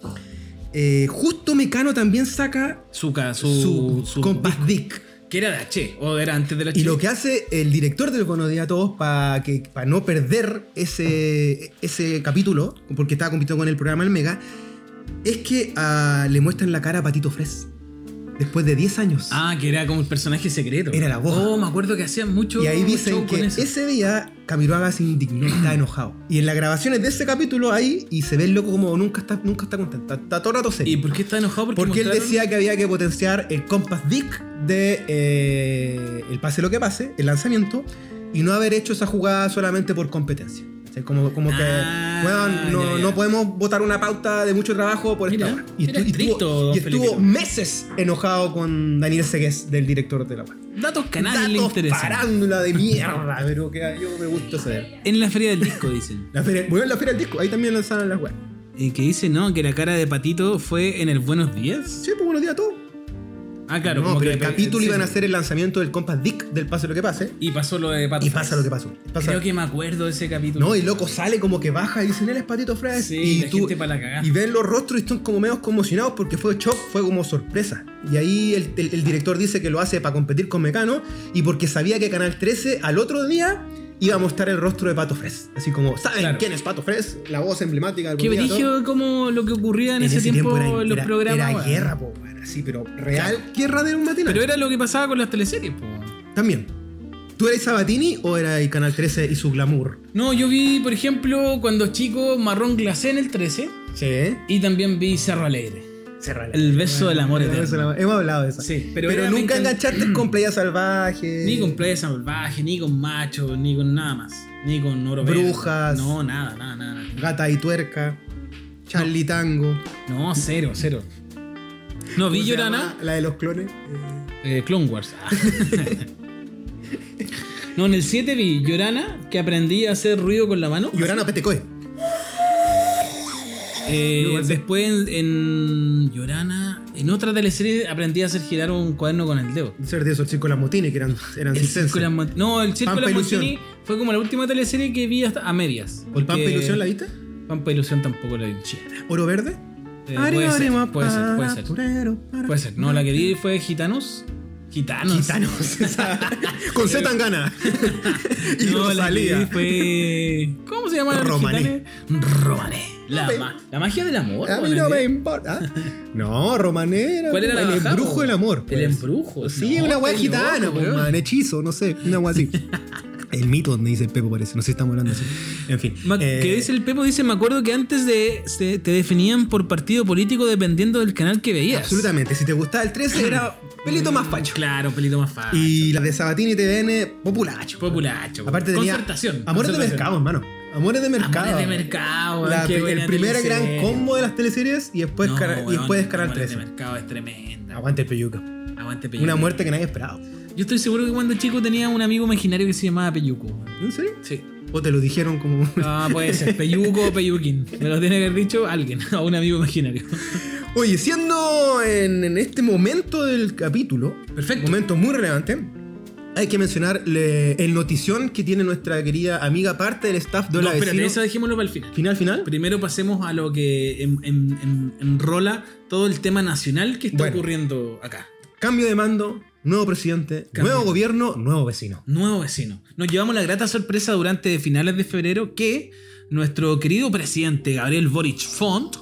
S2: eh, justo Mecano también saca
S1: Su, ca-
S2: su,
S1: su, su
S2: compás Dick.
S1: Que era de H, o era antes de la H.
S2: Y lo que hace el director del Buenos Días a Todos para para no perder ese, ese capítulo, porque estaba compitiendo con el programa El Mega, es que ah, le muestran la cara a Patito Fres después de 10 años.
S1: Ah, que era como el personaje secreto.
S2: Era la voz.
S1: Oh, me acuerdo que hacían mucho.
S2: y ahí
S1: show
S2: dicen
S1: con
S2: que
S1: eso.
S2: ese día Camiroaga se indignó, está enojado. Y en las grabaciones de ese capítulo ahí, y se ve el loco como nunca está, nunca está contento, está, está todo el rato
S1: ¿Y
S2: serio.
S1: por qué está enojado? Porque,
S2: porque él
S1: mostraron-
S2: decía que había que potenciar el Compass Dick de eh, el pase lo que pase, el lanzamiento, y no haber hecho esa jugada solamente por competencia. ¿cachai? Como, como que,
S1: Ah,
S2: weón, no,
S1: ya, ya.
S2: no podemos votar una pauta de mucho trabajo por esta
S1: Mira,
S2: hora. Y,
S1: era
S2: estu- y
S1: estricto,
S2: estuvo,
S1: don
S2: y estuvo
S1: Felipito.
S2: meses enojado con Daniel Segués, del director de la web.
S1: Datos canales le
S2: Datos
S1: interesan.
S2: farándula de mierda, pero que a- yo me gusta saber.
S1: En la feria del disco dicen.
S2: La feria, bueno, la feria del disco, ahí también lanzaron las web.
S1: Y que dice, no, que la cara de Patito fue en el Buenos Días.
S2: Sí, pues buenos días a todos.
S1: Ah, claro.
S2: no,
S1: como
S2: pero
S1: que
S2: el capítulo
S1: sí,
S2: iban a
S1: sí.
S2: ser el lanzamiento del compas Dick del Pase lo que pase.
S1: Y pasó lo de Pato.
S2: Y pasa lo que pasó. Pasa-
S1: Creo que me acuerdo de ese capítulo.
S2: No, y loco sale como que baja y dicen, él es Patito Fres.
S1: Sí,
S2: y
S1: la gente pa' la cagá.
S2: Y ven los rostros y están como medio conmocionados porque fue shock, fue como sorpresa. Y ahí el, el- el director dice que lo hace para competir con Mecano y porque sabía que Canal 13 al otro día iba a mostrar el rostro de Pato Fres. Así como, ¿saben
S1: Claro.
S2: quién es Pato Fres? La voz emblemática del
S1: Qué
S2: Buen Día, todo.
S1: brillo como lo que ocurría en, ese, tiempo, en los
S2: era-
S1: programas.
S2: Era
S1: weón.
S2: guerra, po, weón, así, pero real guerra de un matinal.
S1: Pero era lo que pasaba con las teleseries, po.
S2: También. ¿Tú eres Sabatini o era el Canal 13 y su glamour?
S1: No, yo vi, por ejemplo, cuando chico, Marrón Glacé en el 13.
S2: Sí.
S1: Y también vi Cerro Alegre.
S2: Cerrar.
S1: El beso del amor
S2: El
S1: eterno.
S2: beso del amor. Hemos hablado de eso.
S1: Sí, pero
S2: pero
S1: era- me
S2: nunca
S1: encan-
S2: enganchaste con Playa Salvaje.
S1: Ni con Playa Salvaje, ni con Macho, ni con nada más. Ni con Oro Verde.
S2: Brujas.
S1: No, nada, nada, nada.
S2: Gata y Tuerca. Charlie Tango.
S1: No, cero, cero. No vi
S2: ¿Cómo se
S1: yo era
S2: llama?
S1: nada.
S2: La de los clones.
S1: Eh, Clone Wars. Ah. no, en el 7 vi Llorana, que aprendí a hacer ruido con la mano.
S2: Llorana Petecoe.
S1: Eh,
S2: Luego hace-
S1: después en, en Llorana, en otra teleserie aprendí a hacer girar un cuaderno con el dedo.
S2: Ser de esos chicos las motines que eran, eran
S1: El
S2: circenses.
S1: Circo de las Mont- no, el Circo de
S2: Pampa
S1: las
S2: Ilusión.
S1: Montini fue como la última teleserie que vi hasta a medias.
S2: ¿Por Pampa
S1: porque-
S2: Ilusión la viste?
S1: Pampa Ilusión tampoco la vi. Eh,
S2: ¿Oro Verde?
S1: puede, ser,
S2: Arema
S1: puede ser, puede
S2: para
S1: ser.
S2: turero, para-
S1: Puede ser. No, la que vi fue Gitanos. Gitanos.
S2: Gitanos. esa- con Z Tangana. y
S1: Eh, No, la que vi
S2: Rosalía.
S1: fue. ¿Cómo se llama la
S2: Romané.
S1: Romané. La,
S2: Romané.
S1: ma- la magia del amor.
S2: A mí
S1: bueno,
S2: no me
S1: ¿eh?
S2: importa. ¿Ah? No, Romanera.
S1: ¿Cuál era la
S2: El
S1: bajada, po?
S2: embrujo del amor.
S1: El
S2: pues.
S1: embrujo.
S2: Sí,
S1: No,
S2: una weá
S1: estoy loco,
S2: gitana, po,
S1: weón.
S2: man, hechizo, no sé, una weá así. El mito donde dice el Pepo parece, no sé si estamos hablando así. En fin.
S1: Ma-
S2: eh,
S1: que dice el Pepo, dice, me acuerdo que antes de se- te definían por partido político dependiendo del canal que veías.
S2: Absolutamente, si te gustaba el 13 era pelito más facho.
S1: Claro, pelito más facho.
S2: Y la de Sabatini TVN, populacho.
S1: Populacho.
S2: Aparte tenía
S1: Concertación.
S2: Amores de
S1: Concertación.
S2: mercado, hermano. Amores de mercado.
S1: Amores de mercado.
S2: La
S1: weón, qué
S2: pri-
S1: buena
S2: el primer gran
S1: teleserie.
S2: combo de las teleseries y después,
S1: No,
S2: cara- y
S1: weón,
S2: después Canal
S1: Amores
S2: 13.
S1: de mercado es tremenda.
S2: Aguante el peyuca.
S1: Aguante Peyuco.
S2: Una muerte que nadie esperaba.
S1: Yo estoy seguro que cuando chico tenía un amigo imaginario que se llamaba Peyuco. weón.
S2: ¿En serio?
S1: Sí.
S2: O te lo dijeron como
S1: Ah, puede ser. Peyuco o Peyuquín. Me lo tiene que haber dicho alguien, a un amigo imaginario.
S2: Oye, siendo en, en este momento del capítulo,
S1: Perfecto.
S2: momento muy relevante, hay que mencionar le- el notición que tiene nuestra querida amiga, parte del staff de
S1: No,
S2: la
S1: espérate,
S2: Vecino.
S1: eso dejémoslo para el final.
S2: Final, final.
S1: Primero pasemos a lo que en- en- en- enrola todo el tema nacional que está
S2: Bueno.
S1: ocurriendo acá.
S2: Cambio de mando, nuevo presidente,
S1: Cambio.
S2: nuevo gobierno, nuevo vecino.
S1: Nuevo vecino. Nos llevamos la grata sorpresa durante finales de febrero que nuestro querido presidente Gabriel Boric Font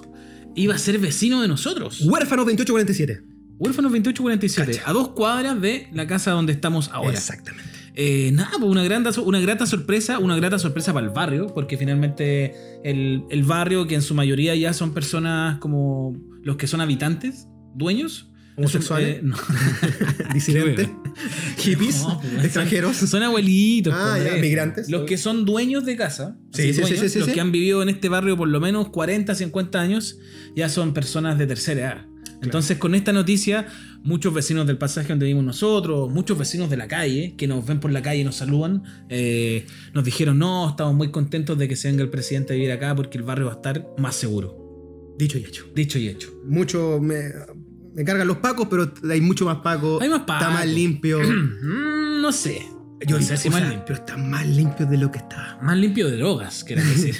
S1: iba a ser vecino de nosotros.
S2: Huérfano 2847.
S1: Huérfanos 2847,
S2: Cacha.
S1: a dos cuadras de la casa donde estamos ahora.
S2: Exactamente.
S1: Eh, nada, pues una, gran, una grata sorpresa, una grata sorpresa para el barrio, porque finalmente el, el barrio, que en su mayoría ya son personas como los que son habitantes, dueños.
S2: Homosexuales.
S1: Son, eh,
S2: Disidentes,
S1: Qué
S2: hippies,
S1: No, pues,
S2: extranjeros.
S1: no, son abuelitos.
S2: Ah,
S1: pues,
S2: ya,
S1: eh.
S2: migrantes.
S1: Los que son dueños de casa, así,
S2: Sí, sí, sí,
S1: dueños,
S2: sí, sí,
S1: los
S2: sí.
S1: que han vivido en este barrio por lo menos 40, 50 años, ya son personas de tercera edad. Entonces, con esta noticia, muchos vecinos del pasaje donde vivimos nosotros, muchos vecinos de la calle, que nos ven por la calle y nos saludan, eh, nos dijeron, no, estamos muy contentos de que se venga el presidente a vivir acá porque el barrio va a estar más seguro.
S2: Dicho y hecho.
S1: Dicho y hecho.
S2: Mucho me, me cargan los pacos, pero hay mucho más pacos.
S1: Hay más
S2: Está
S1: pacos.
S2: más limpio.
S1: Mm, no sé.
S2: Yo
S1: no
S2: diría
S1: sé si
S2: o
S1: más
S2: sea,
S1: limpio.
S2: pero está más limpio de lo que estaba.
S1: Más limpio de drogas, querés decir.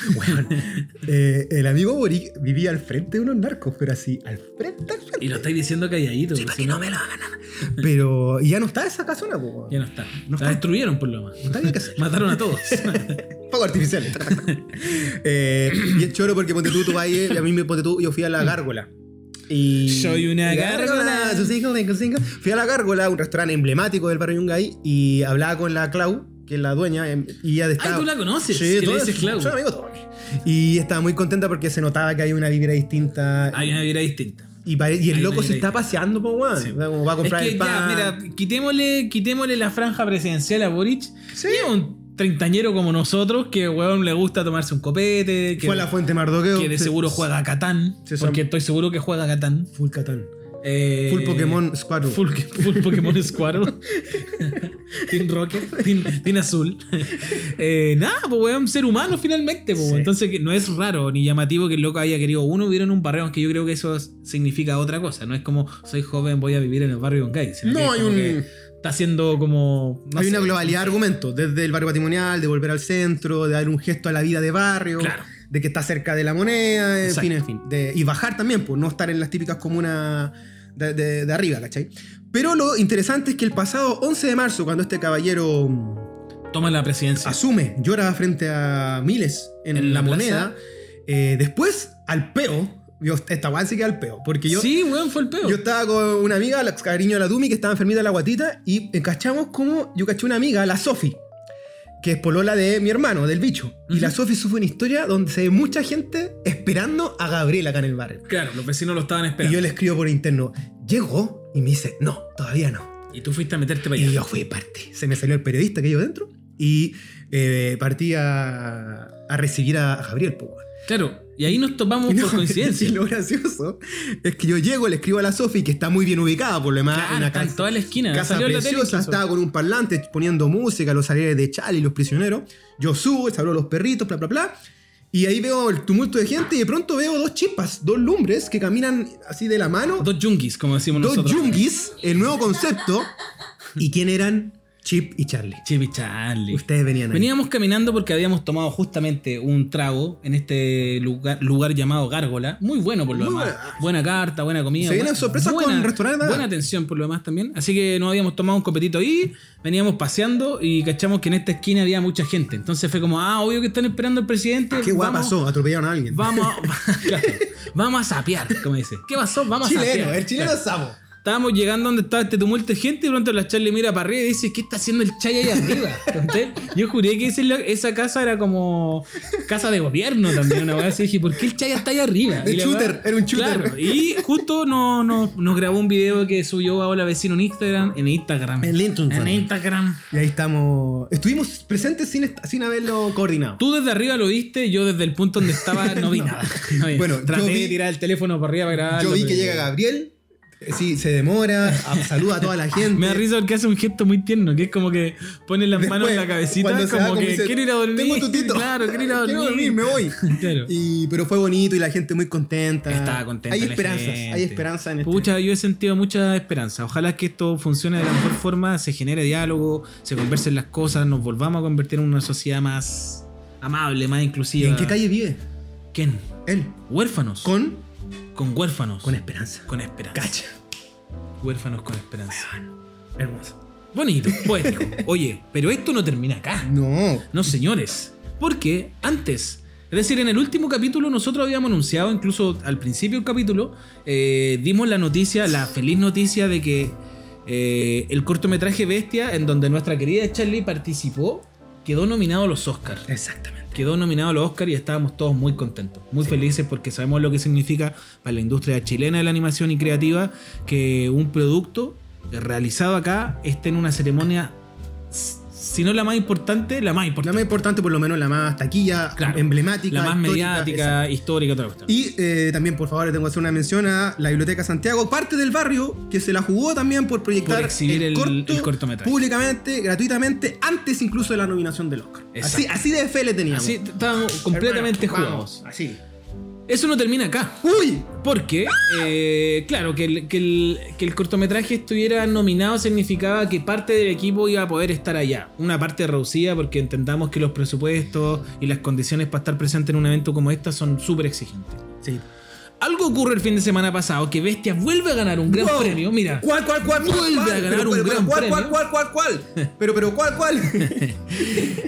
S2: Eh, el amigo Boric vivía al frente de unos narcos, pero así, al frente, al frente.
S1: y lo estáis diciendo calladito.
S2: Sí,
S1: porque
S2: para
S1: si
S2: que
S1: no-
S2: no me lo hagan. Pero y ya no está esa casona, po, weón.
S1: Ya no está.
S2: No
S1: la
S2: está.
S1: destruyeron por lo más.
S2: No había que hacer.
S1: Mataron a todos.
S2: Fuego artificial. Eh, y es choro porque ponte tú, tú vas ahí, y a mí me ponte tú, yo fui a la gárgola. Y
S1: Mm. Soy una gárgola.
S2: tu single, single, single. Fui a la gárgola, un restaurante emblemático del barrio Yungay, y hablaba con la Clau, que es la dueña, em, y ella estaba.
S1: Ay, tú la conoces.
S2: Sí,
S1: que le
S2: todo
S1: dices
S2: eso,
S1: Clau.
S2: son amigos todos. Y estaba muy contenta porque se notaba que hay una vibra distinta.
S1: Hay una vida distinta.
S2: y, pare- y
S1: hay
S2: el
S1: una
S2: loco se
S1: vibra
S2: está paseando, po, weón.
S1: Sí.
S2: Como va a
S1: Es
S2: comprar
S1: que
S2: el
S1: ya,
S2: pan.
S1: mira, quitémosle, quitémosle la franja presidencial a Boric.
S2: Sí.
S1: Y es un treintañero como nosotros que, weón, le gusta tomarse un copete, que,
S2: Fue a la fuente Mardoqueo.
S1: que de
S2: se-
S1: seguro juega a Catán,
S2: Sí, son-
S1: porque estoy seguro que juega a Catán.
S2: Full Catán.
S1: Eh,
S2: Full Pokémon Squadron.
S1: Full, full Pokémon Squirtle. Team Rocket. Team, Team Azul. Eh, nada, pues weón, ser humano finalmente. Pues,
S2: Sí.
S1: Entonces que no es raro ni llamativo que el loco haya querido uno, vieron un barrio, aunque yo creo que eso es- significa otra cosa. No es como soy joven, voy a vivir en el barrio con gays. sino que
S2: No,
S1: es
S2: hay
S1: como que
S2: un.
S1: Está siendo como. no
S2: hay
S1: sé,
S2: una globalidad de argumentos, desde el barrio patrimonial, de volver al centro, de dar un gesto a la vida de barrio,
S1: Claro.
S2: de que está cerca de la moneda, en
S1: Exacto,
S2: fin,
S1: en fin.
S2: de- y bajar también, pues no estar en las típicas comunas de, de- de arriba, ¿cachai? Pero lo interesante es que el pasado 11 de marzo, cuando este caballero mm,
S1: Toma la presidencia.
S2: asume, llora frente a miles en,
S1: En
S2: la,
S1: la
S2: moneda, eh, después al peo, yo, esta guay sí que al peo, porque yo...
S1: sí, weón, fue el peor.
S2: Yo estaba con una amiga, la cariño de la Dumi, que estaba enfermita de la guatita, y eh, cachamos como yo caché una amiga, la Sofi, que es polola de mi hermano, del bicho. Y la
S1: Ujú.
S2: Sofi sufre una historia donde se ve mucha gente esperando a Gabriel acá en el barrio.
S1: Claro, los vecinos lo estaban
S2: Y
S1: esperando.
S2: yo
S1: Y,
S2: le escribo por interno, llegó, y me dice, no, todavía no.
S1: tú fuiste a meterte para
S2: Y
S1: allá.
S2: yo fui parte. Se me salió el periodista que yo dentro, y eh, partí a, a recibir a, a Gabriel, po, weón.
S1: Claro, y ahí nos topamos
S2: Y no,
S1: Oh, por coincidencia.
S2: Y lo gracioso es que yo llego, le escribo a la Sofi, que está muy bien ubicada, por lo demás,
S1: Claro,
S2: una
S1: está en
S2: casa-
S1: Ah, toda la esquina.
S2: Casa
S1: Salió en la tele
S2: preciosa,
S1: incluso.
S2: estaba con un parlante poniendo música, los salarios de Chal y los prisioneros. Yo subo, saludo a los perritos, bla, bla, bla. Y ahí veo el tumulto de gente y de pronto veo dos chispas, dos lumbres que caminan así de la mano.
S1: Dos yungis, como decimos
S2: dos
S1: nosotros.
S2: yunguis, el nuevo concepto. ¿Y quién eran? Chip y Charlie.
S1: Chip y Charlie.
S2: Ustedes venían ahí.
S1: Veníamos caminando porque habíamos tomado justamente un trago en este lugar, lugar llamado Gárgola. Muy bueno por lo
S2: Muy
S1: demás.
S2: buena.
S1: Buena. carta, buena comida.
S2: Se vienen
S1: buena-
S2: sorpresas con
S1: buena-
S2: restaurantes de acá.
S1: Buena atención por lo demás también. Así que nos habíamos tomado un copetito ahí, veníamos paseando y cachamos que en esta esquina había mucha gente. Entonces fue como, ah, obvio que están esperando al presidente.
S2: Ah, ¿Qué guay
S1: vamos-
S2: pasó? Atropellaron a alguien.
S1: Vamos a, claro, vamos a sapear, como dice. ¿Qué pasó? Vamos a
S2: chileno,
S1: sapear.
S2: el chileno
S1: Claro.
S2: es sapo.
S1: Estábamos llegando donde estaba este tumulto de gente y de pronto la Charlie mira para arriba y dice, ¿qué está haciendo el Chay ahí arriba? ¿Cachai? Yo juré que ese lo- esa casa era como casa de gobierno también, una vez. Y dije, ¿por qué el Chay está ahí arriba?
S2: El
S1: Y la
S2: shooter,
S1: weá-
S2: era un shooter.
S1: Claro, y justo no, no- nos grabó un video que subió a Hola Vecino en Instagram. En Instagram.
S2: En Instagram.
S1: En Instagram.
S2: Y ahí estamos. Estuvimos presentes sin, est- sin haberlo coordinado.
S1: Tú desde arriba lo viste, yo desde el punto donde estaba no vi
S2: No.
S1: nada. No vi.
S2: Bueno, yo
S1: traté
S2: vi-
S1: de tirar el teléfono para arriba para grabar.
S2: Yo vi que llega Gabriel, eh, sí, se demora, a- saluda a toda la gente.
S1: Me da risa porque hace un gesto muy tierno, que es como que pone las manos en la
S2: Después,
S1: cabecita,
S2: cuando
S1: como
S2: se va,
S1: que
S2: dice,
S1: quiero ir a dormir.
S2: Tengo tutito.
S1: Claro, quiero ir a dormir.
S2: me voy.
S1: Claro.
S2: Y- pero fue bonito y la gente muy contenta.
S1: Estaba contenta.
S2: Hay
S1: la
S2: esperanzas,
S1: gente.
S2: hay esperanza en este.
S1: Pucha, yo he sentido mucha esperanza. Ojalá que esto funcione de la mejor forma, se genere diálogo, se conversen las cosas, nos volvamos a convertir en una sociedad más amable, más
S2: ¿Y
S1: inclusiva.
S2: en qué calle vive?
S1: ¿Quién?
S2: Él.
S1: Huérfanos.
S2: Con,
S1: Con huérfanos.
S2: con esperanza.
S1: Con esperanza.
S2: Cacha.
S1: Huérfanos con esperanza.
S2: Hermoso.
S1: Bonito, poético. Oye, pero esto no termina acá.
S2: No.
S1: No, señores. Porque antes, es decir, en el último capítulo nosotros habíamos anunciado, incluso al principio del capítulo, eh, dimos la noticia, la feliz noticia de que eh, el cortometraje Bestia, en donde nuestra querida Charlie participó, quedó nominado a los Oscars.
S2: Exactamente.
S1: Quedó nominado a los Oscars y estábamos todos muy contentos, muy felices porque sabemos lo que significa para la industria chilena de la animación y creativa que un producto realizado acá esté en una ceremonia, s- si no la más importante, la más
S2: La
S1: importante.
S2: más importante, por lo menos la más taquilla,
S1: Claro.
S2: emblemática.
S1: La más
S2: histórica, exacto.
S1: mediática, histórica, toda la cuestión.
S2: Y eh, también, por favor, le tengo que hacer una mención a la Biblioteca Santiago, parte del barrio, que se la jugó también por proyectar
S1: Por exhibir el- el cortometraje.
S2: públicamente, gratuitamente, antes incluso de la nominación del Oscar.
S1: Exacto.
S2: Así, así de fe le teníamos.
S1: Así estábamos completamente
S2: Hermano,
S1: jugados.
S2: vamos, Así.
S1: Eso no termina acá.
S2: ¡Uy!
S1: Porque, eh, claro, que el, que el- que el cortometraje estuviera nominado significaba que parte del equipo iba a poder estar allá. Una parte reducida porque entendamos que los presupuestos y las condiciones para estar presente en un evento como esta son súper exigentes.
S2: Sí.
S1: Algo ocurre el fin de semana pasado que Bestia vuelve a ganar un gran
S2: Wow.
S1: premio. Mira,
S2: ¿Cuál, cuál, cuál?
S1: Vuelve
S2: cuál?
S1: a ganar
S2: Pero,
S1: un
S2: pero,
S1: gran
S2: ¿cuál,
S1: premio.
S2: ¿Cuál, cuál, cuál, cuál? Pero, pero, ¿cuál, cuál?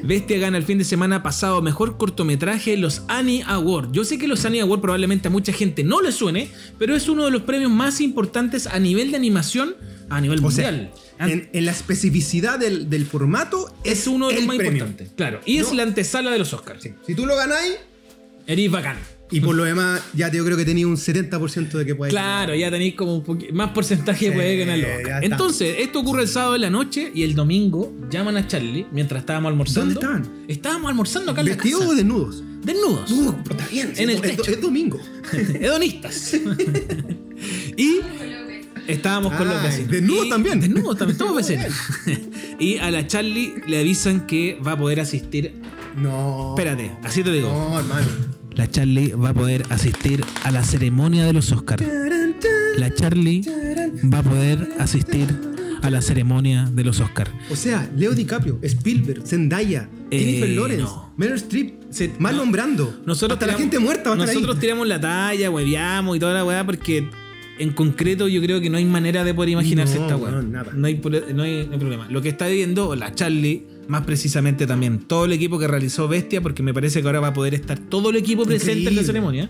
S1: Bestia gana el fin de semana pasado mejor cortometraje los Annie Award. Yo sé que los Annie Award probablemente a mucha gente no le suene, pero es uno de los premios más importantes a nivel de animación a nivel
S2: O sea,
S1: mundial. An-
S2: en, en la especificidad del, del formato,
S1: es uno de los
S2: el
S1: más
S2: premio.
S1: importantes. Claro, y es
S2: No.
S1: la antesala de los Oscars.
S2: Si tú lo ganáis,
S1: Eres bacán.
S2: Y por lo demás, ya yo creo que tenía un 70% de que pueda
S1: Claro, ya tenéis como un poqui- más porcentaje
S2: Sí,
S1: puede ganar los
S2: ya
S1: Oscars.
S2: está.
S1: Entonces, esto ocurre el sábado en la noche y el domingo llaman a Charlie mientras estábamos almorzando.
S2: ¿Dónde estaban?
S1: Estábamos almorzando acá en la
S2: Vestidos o
S1: casa.
S2: desnudos.
S1: Desnudos.
S2: No, pero está bien. sí,
S1: En el
S2: es-
S1: techo.
S2: Es, domingo.
S1: hedonistas. y estábamos con los
S2: Ay,
S1: vecinos.
S2: Ah, desnudos
S1: Y-
S2: también.
S1: Desnudos también, todos vecinos. y a la Charlie le avisan que va a poder asistir.
S2: No.
S1: Espérate, así te digo.
S2: No, hermano.
S1: La Charlie va a poder asistir a la ceremonia de los Oscars. La Charlie va a poder asistir a la ceremonia de los Oscars.
S2: O sea, Leo DiCaprio, Spielberg, Zendaya,
S1: Eh,
S2: Jennifer Lawrence,
S1: no.
S2: Meryl Streep,
S1: Se-
S2: mal
S1: no.
S2: nombrando.
S1: Nosotros
S2: Hasta la
S1: tiramos-
S2: gente muerta va a estar
S1: Nosotros
S2: ahí.
S1: tiramos la talla, hueveamos y toda la weá, porque en concreto yo creo que no hay manera de poder imaginarse
S2: No,
S1: esta weá.
S2: no, nada.
S1: hay, pro- no hay- no hay problema. Lo que está viviendo la Charlie, más precisamente también todo el equipo que realizó Bestia, porque me parece que ahora va a poder estar todo el equipo presente en la
S2: Increíble.
S1: ceremonia.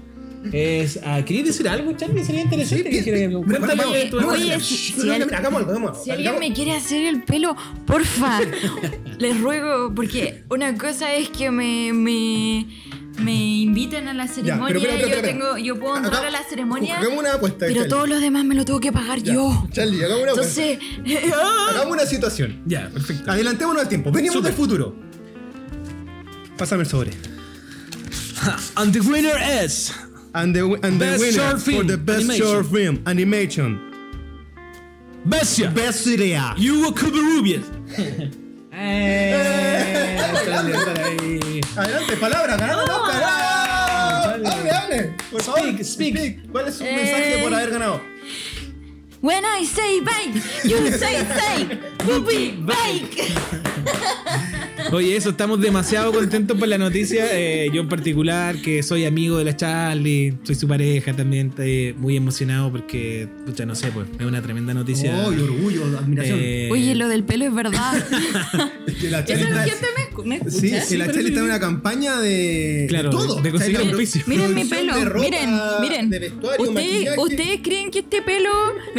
S1: Es, ah, ¿Querías decir algo, Charlie? Sería interesante. que
S2: Sí, bien,
S1: dijera
S2: bien.
S1: que- Cuéntale
S2: Vamos,
S1: de tu
S2: vamos,
S1: hermana.
S2: vamos.
S3: si-
S2: No,
S3: si
S2: no,
S3: al-
S2: no, hagámoslo, hagámoslo.
S3: Si alguien me
S2: Hagámoslo.
S3: quiere hacer el pelo, porfa, les ruego, porque una cosa es que me, me, me inviten a la ceremonia,
S2: pero espera, espera,
S3: yo,
S2: espera.
S3: tengo, yo puedo entrar
S2: Hagá-
S3: a la ceremonia,
S2: Hagamos una apuesta.
S3: pero
S2: Charlie.
S3: todos los demás me lo tengo que pagar
S2: Ya,
S3: yo.
S2: Charlie, hagamos una apuesta.
S3: Entonces,
S2: Hagamos una situación.
S1: Ya, perfecto.
S2: Adelantémonos al tiempo. Venimos
S1: Súper.
S2: del futuro. Pásame el sobre.
S1: And the winner is.
S2: And the, and the
S1: Best
S2: winner
S1: short film,
S2: for the best
S1: animation.
S2: short film animation.
S1: Bestia.
S2: Best idea.
S1: Hugo Cuberubias. Eh, Speak,
S2: Adelante, palabra, ganaron
S3: Oh,
S2: los Oscar. ¡Ah! Hable, hable. Por favor.
S1: speak.
S2: ¿Cuál es su
S3: Eh.
S2: mensaje por haber ganado?
S3: when I say bake, you say say, whoopee, bake.
S1: Oye, eso, estamos demasiado contentos por la noticia. Eh, yo en particular, que soy amigo de la Charlie, soy su pareja también, estoy muy emocionado porque, pucha, no sé, pues es una tremenda noticia.
S2: Oh, y orgullo, admiración.
S1: Eh,
S3: Oye, lo del pelo es verdad.
S2: Es que la
S3: Esa
S2: Charlie está-
S3: gente me, escu- me escucha.
S2: Sí, es que la
S1: Sí,
S2: Charlie
S1: pero-
S2: está en una campaña de,
S1: Claro,
S2: de todo.
S1: de conseguir
S2: Está en la
S1: auspicio.
S3: Miren mi
S2: producción
S3: pelo,
S2: de ropa,
S3: miren, miren.
S2: De vestuario,
S3: ¿Ustedes,
S2: maquillaje.
S3: ¿Ustedes creen que este pelo.?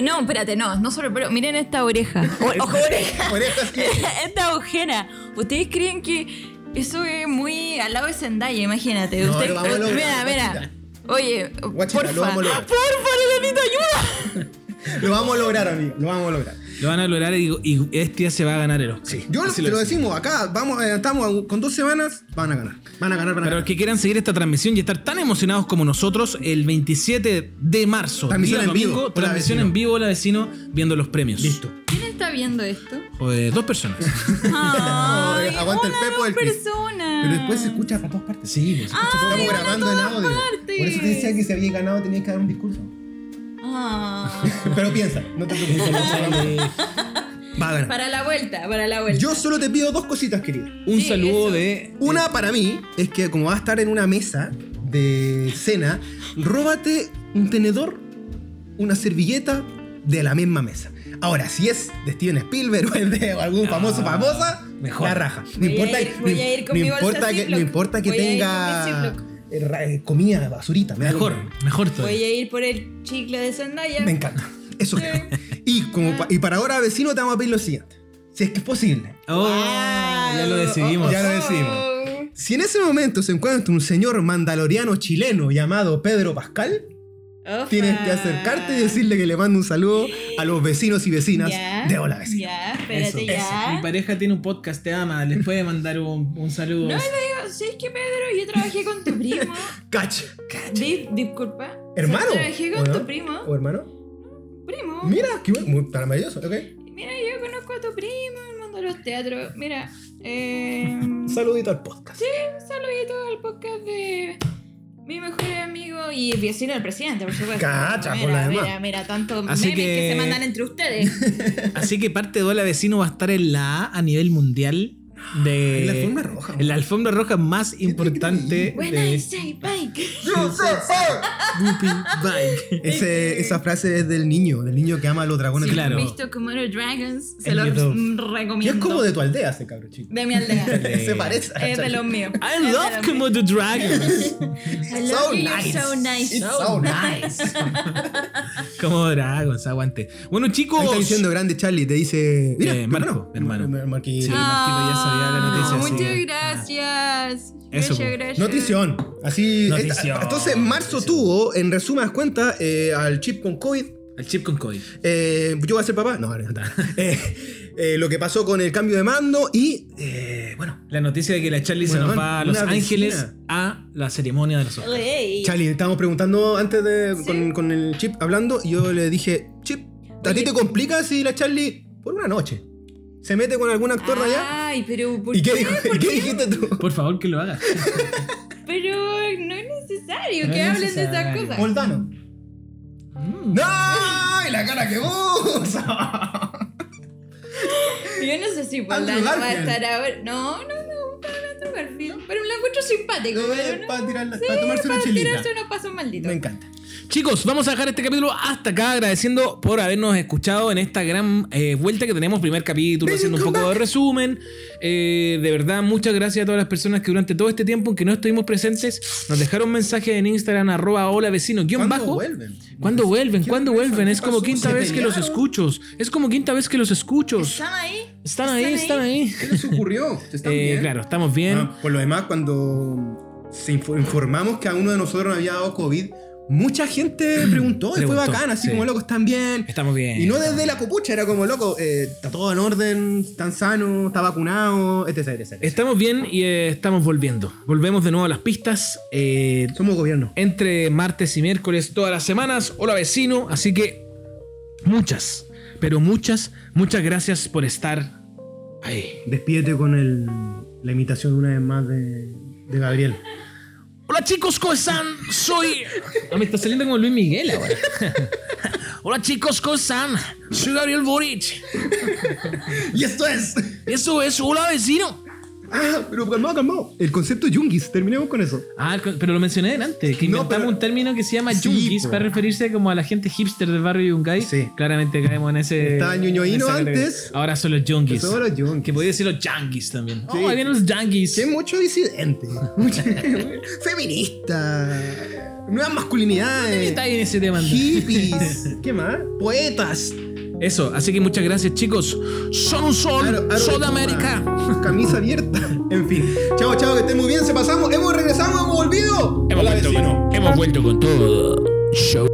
S3: No, espérate, no, no solo el pelo. Miren esta oreja. O- ojo, oreja.
S2: Orejas que-
S3: esta ojera. ¿Ustedes creen que eso es muy al lado de Zendaya? Imagínate.
S2: No,
S3: Usted-
S2: lo vamos a lograr,
S3: mira, mira.
S2: guachita.
S3: Oye,
S2: Guachita,
S3: porfa,
S2: lo vamos a lograr.
S3: porfa, necesito ayuda.
S2: Lo vamos a lograr, amigo. Lo vamos a lograr.
S1: Lo van a lograr y, digo, y este se va a ganar el Oscar.
S2: Sí. Yo
S1: Así
S2: te lo
S1: decimos.
S2: decimos acá. Vamos, adelantamos a- con dos semanas. Van a ganar. Van a ganar, van a
S1: Para
S2: ganar.
S1: los que quieran seguir esta transmisión y estar tan emocionados como nosotros, el 27 de marzo,
S2: Transmisión
S1: día
S2: en vivo,
S1: domingo,
S2: hola,
S1: transmisión
S2: vecino.
S1: en vivo, la vecino, viendo los premios.
S2: Listo.
S3: ¿Quién está viendo esto?
S1: Eh, dos personas.
S3: Ay,
S2: aguanta el
S3: una
S2: pepo
S3: dos
S2: del pis.
S3: persona.
S2: Pero después se escucha para todas partes.
S1: sí, pues.
S3: Ah,
S2: Estamos grabando en audio.
S3: partes.
S2: Por eso te decía que si había ganado tenías que dar un discurso.
S3: Ah,
S2: Pero piensa, no te preocupes. no se va a ganar. Va a ganar.
S3: para pues. la vuelta, para la vuelta.
S2: Yo solo te pido dos cositas, querida.
S1: Un
S3: Sí,
S1: saludo
S3: eso.
S1: de.
S2: Una para mí es que como vas a estar en una mesa de cena, róbate un tenedor, una servilleta de la misma mesa. Ahora, si es de Steven Spielberg o es de algún famoso
S1: Ah,
S2: famosa,
S1: mejor.
S2: la raja. No
S3: Voy a
S2: importa,
S3: ir- voy a ir
S2: no
S3: con mi bolsa
S2: importa que,
S3: Ziploc.
S2: no importa que
S3: Voy a ir
S2: tenga
S3: con
S2: eh, ra- eh, comida basurita. me da lo
S1: Mejor,
S2: mismo.
S1: mejor todavía.
S3: Voy a ir por el chicle de Zendaya.
S2: Me encanta. Eso quiero. Y, como pa- y para ahora, vecino, te vamos a pedir lo siguiente. Si es que es posible.
S1: Oh,
S3: Wow.
S1: ya lo decidimos.
S3: Oh,
S2: Ya lo
S3: oh.
S2: decidimos. Si en ese momento se encuentra un señor mandaloriano chileno llamado Pedro Pascal,
S3: Ofa.
S2: tienes que acercarte y decirle que le mando un saludo a los vecinos y vecinas
S3: Ya,
S2: de Hola Vecino.
S3: Ya,
S1: Eso,
S3: espérate,
S1: eso. Mi
S3: ya.
S1: pareja tiene un podcast, te ama, les puede mandar un, un saludo.
S3: No, le digo, sí, es que Pedro, yo trabajé con tu primo.
S2: Cacha.
S3: Di- disculpa.
S2: Hermano.
S3: O sea, trabajé
S2: ¿o
S3: con
S2: no?
S3: tu primo.
S2: ¿O hermano?
S3: Primo.
S2: Mira, qué bueno, muy tan maravilloso, ¿ok?
S3: Mira, yo conozco a tu primo, el mundo de los teatros. Mira, eh,
S2: Un saludito al podcast.
S3: un saludito al podcast de mi mejor amigo y vecino del presidente, por supuesto.
S2: Cacha, por
S3: mira,
S2: la
S3: mira,
S2: demás.
S3: mira, tanto memes
S1: Así
S3: que...
S1: que-
S3: se mandan entre ustedes.
S1: Así que parte de Hola Vecino va a estar en la A a nivel mundial. De,
S2: En la alfombra roja.
S1: En la alfombra roja más importante
S3: When I
S1: de
S3: say bike.
S1: Whoopi Bike.
S2: Ese- esa frase es del niño, del niño que ama a los dragones.
S1: Sí,
S2: del
S1: claro.
S2: mundo.
S3: Visto como los Dragons, se
S1: En
S3: los
S1: YouTube.
S3: mm,
S2: Que
S3: recomiendo.
S2: es como de tu aldea ese cabrón, chico.
S3: De mi aldea.
S2: Se parece. a
S3: es de
S2: Charlie.
S3: los míos. Es
S1: I
S3: de
S1: love
S3: los míos.
S1: Como the Dragons.
S3: I love
S2: So
S3: you, you're
S2: nice.
S3: so nice.
S2: It's so nice.
S1: Como Dragons, aguante. Bueno, chicos.
S2: Ahí está diciendo grande Charlie, te dice. Mira,
S1: Eh,
S2: tu
S1: Marco, mi hermano.
S2: Mar- Mar- Marquín.
S1: Sí, Marquito, ya ya la noticia.
S3: Ah, Muchas
S1: así que-
S3: gracias.
S1: Eso,
S3: Muchas
S1: pues.
S3: gracias.
S2: Ah. Notición. Así.
S1: Notición.
S2: esta- entonces, marzo tuvo, en resumas cuentas, eh, al chip con COVID.
S1: Al chip con COVID.
S2: eh, yo voy a ser papá. No, no, no. Eh, eh, lo que pasó con el cambio de mando y. eh, bueno,
S1: La noticia de que la Charlie se
S2: Bueno,
S1: nos va a
S2: una
S1: Los
S2: vecina.
S1: Ángeles a la ceremonia de los Oscars.
S3: Ey.
S2: Charlie, estábamos preguntando antes de.
S3: Sí.
S2: Con, con el chip hablando. Y yo le dije, Chip, ¿a ti
S3: Oye.
S2: te complica si la Charlie por una noche se mete con algún actor de allá?
S3: Ay, pero Ah, ¿por
S2: ¿Y qué,
S3: qué?
S2: dijo- ¿y qué dijiste tú?
S1: Por favor, que lo hagas.
S3: Pero no es necesario
S1: No
S3: que
S1: es
S3: hables de esas
S1: necesario.
S3: cosas.
S2: Moldano.
S1: Mm.
S2: ¡No! Y la cara que usa.
S3: Yo no sé si
S2: Andrew
S3: Poldano va a
S2: Garfield.
S3: estar ahora. No, no, no, para Andrew Garfield. Pero me lo encuentro simpático, pero no.
S2: Para, tirar la- para Eh, tomarse una
S3: Para
S2: chilita.
S3: tirarse unos pasos malditos.
S2: Me encanta.
S1: Chicos, vamos a dejar este capítulo hasta acá, agradeciendo por habernos escuchado en esta gran eh, vuelta que tenemos, primer capítulo,
S2: Baby,
S1: haciendo un
S2: come
S1: poco de resumen. Eh, de verdad, muchas gracias a todas las personas que durante todo este tiempo en que no estuvimos presentes, nos dejaron mensajes en Instagram, arroba hola vecino, guión
S2: ¿Cuándo
S1: bajo.
S2: vuelven?
S1: ¿Cuándo vuelven?
S2: ¿Qué
S1: ¿Cuándo
S2: pasó?
S1: vuelven?
S2: ¿Qué
S1: Es como
S2: pasó?
S1: quinta
S2: ¿Se
S1: vez que los
S2: pelearon?
S1: escucho. Es como quinta vez que los escucho.
S3: ¿Están ahí?
S1: Están ahí, están ahí.
S2: ¿Qué les ocurrió? ¿Están
S1: Eh,
S2: bien? Ah.
S1: claro, estamos bien.
S2: Bueno, por lo demás, cuando se info- informamos que a uno de nosotros no había dado COVID, mucha gente preguntó y fue
S1: Preguntó,
S2: bacán, así
S1: sí.
S2: como loco, están bien.
S1: Estamos bien.
S2: Y no desde la copucha, era como loco, eh, está todo en orden, están sano, está vacunado, etc. etc, etc.
S1: Estamos bien y eh, estamos volviendo. Volvemos de nuevo a las pistas. eh,
S2: Somos gobierno.
S1: entre martes y miércoles todas las semanas. Hola vecino. Así que muchas, pero muchas, muchas gracias por estar ahí.
S2: Despídete con el, la imitación una vez más de, de Gabriel.
S1: Hola chicos, ¿cómo están? Soy... Ah, me está saliendo como Luis Miguel ahora. Hola chicos, ¿cómo están? Soy Gabriel Boric.
S2: ¡Y esto es!
S1: Eso es, hola vecino.
S2: Ah, pero calmado, calmado. El concepto Yungis, terminemos con eso.
S1: Ah, co- pero lo mencioné delante, que
S2: No,
S1: inventamos
S2: pero-
S1: un término que se llama
S2: Sí,
S1: yungis
S2: po.
S1: para referirse como a la gente hipster del barrio Yungay.
S2: Sí.
S1: Claramente caemos en ese.
S2: Estaba ñoñoíno
S1: en esa categoría.
S2: antes.
S1: Ahora son los yungis.
S2: Son los yungis.
S1: Que podía decir los yanguis también.
S2: Sí.
S1: Oh, ahí vienen los yanguis.
S2: Sí, mucho disidente. Mucho- Feminista. Nuevas masculinidades.
S1: Está ahí en ese tema. Andrés.
S2: Hippies. ¿Qué más? Poetas.
S1: Eso, así que muchas gracias, chicos. Son un sol,
S2: Aro- aro
S1: sol
S2: de
S1: de América.
S2: Cuba. Camisa abierta. En fin. Chao, chao, que estén muy bien. Se pasamos. Hemos regresado, hemos volvido.
S1: Hemos
S2: Hola,
S1: vuelto,
S2: vecino.
S1: con, hemos vuelto con todo. Show.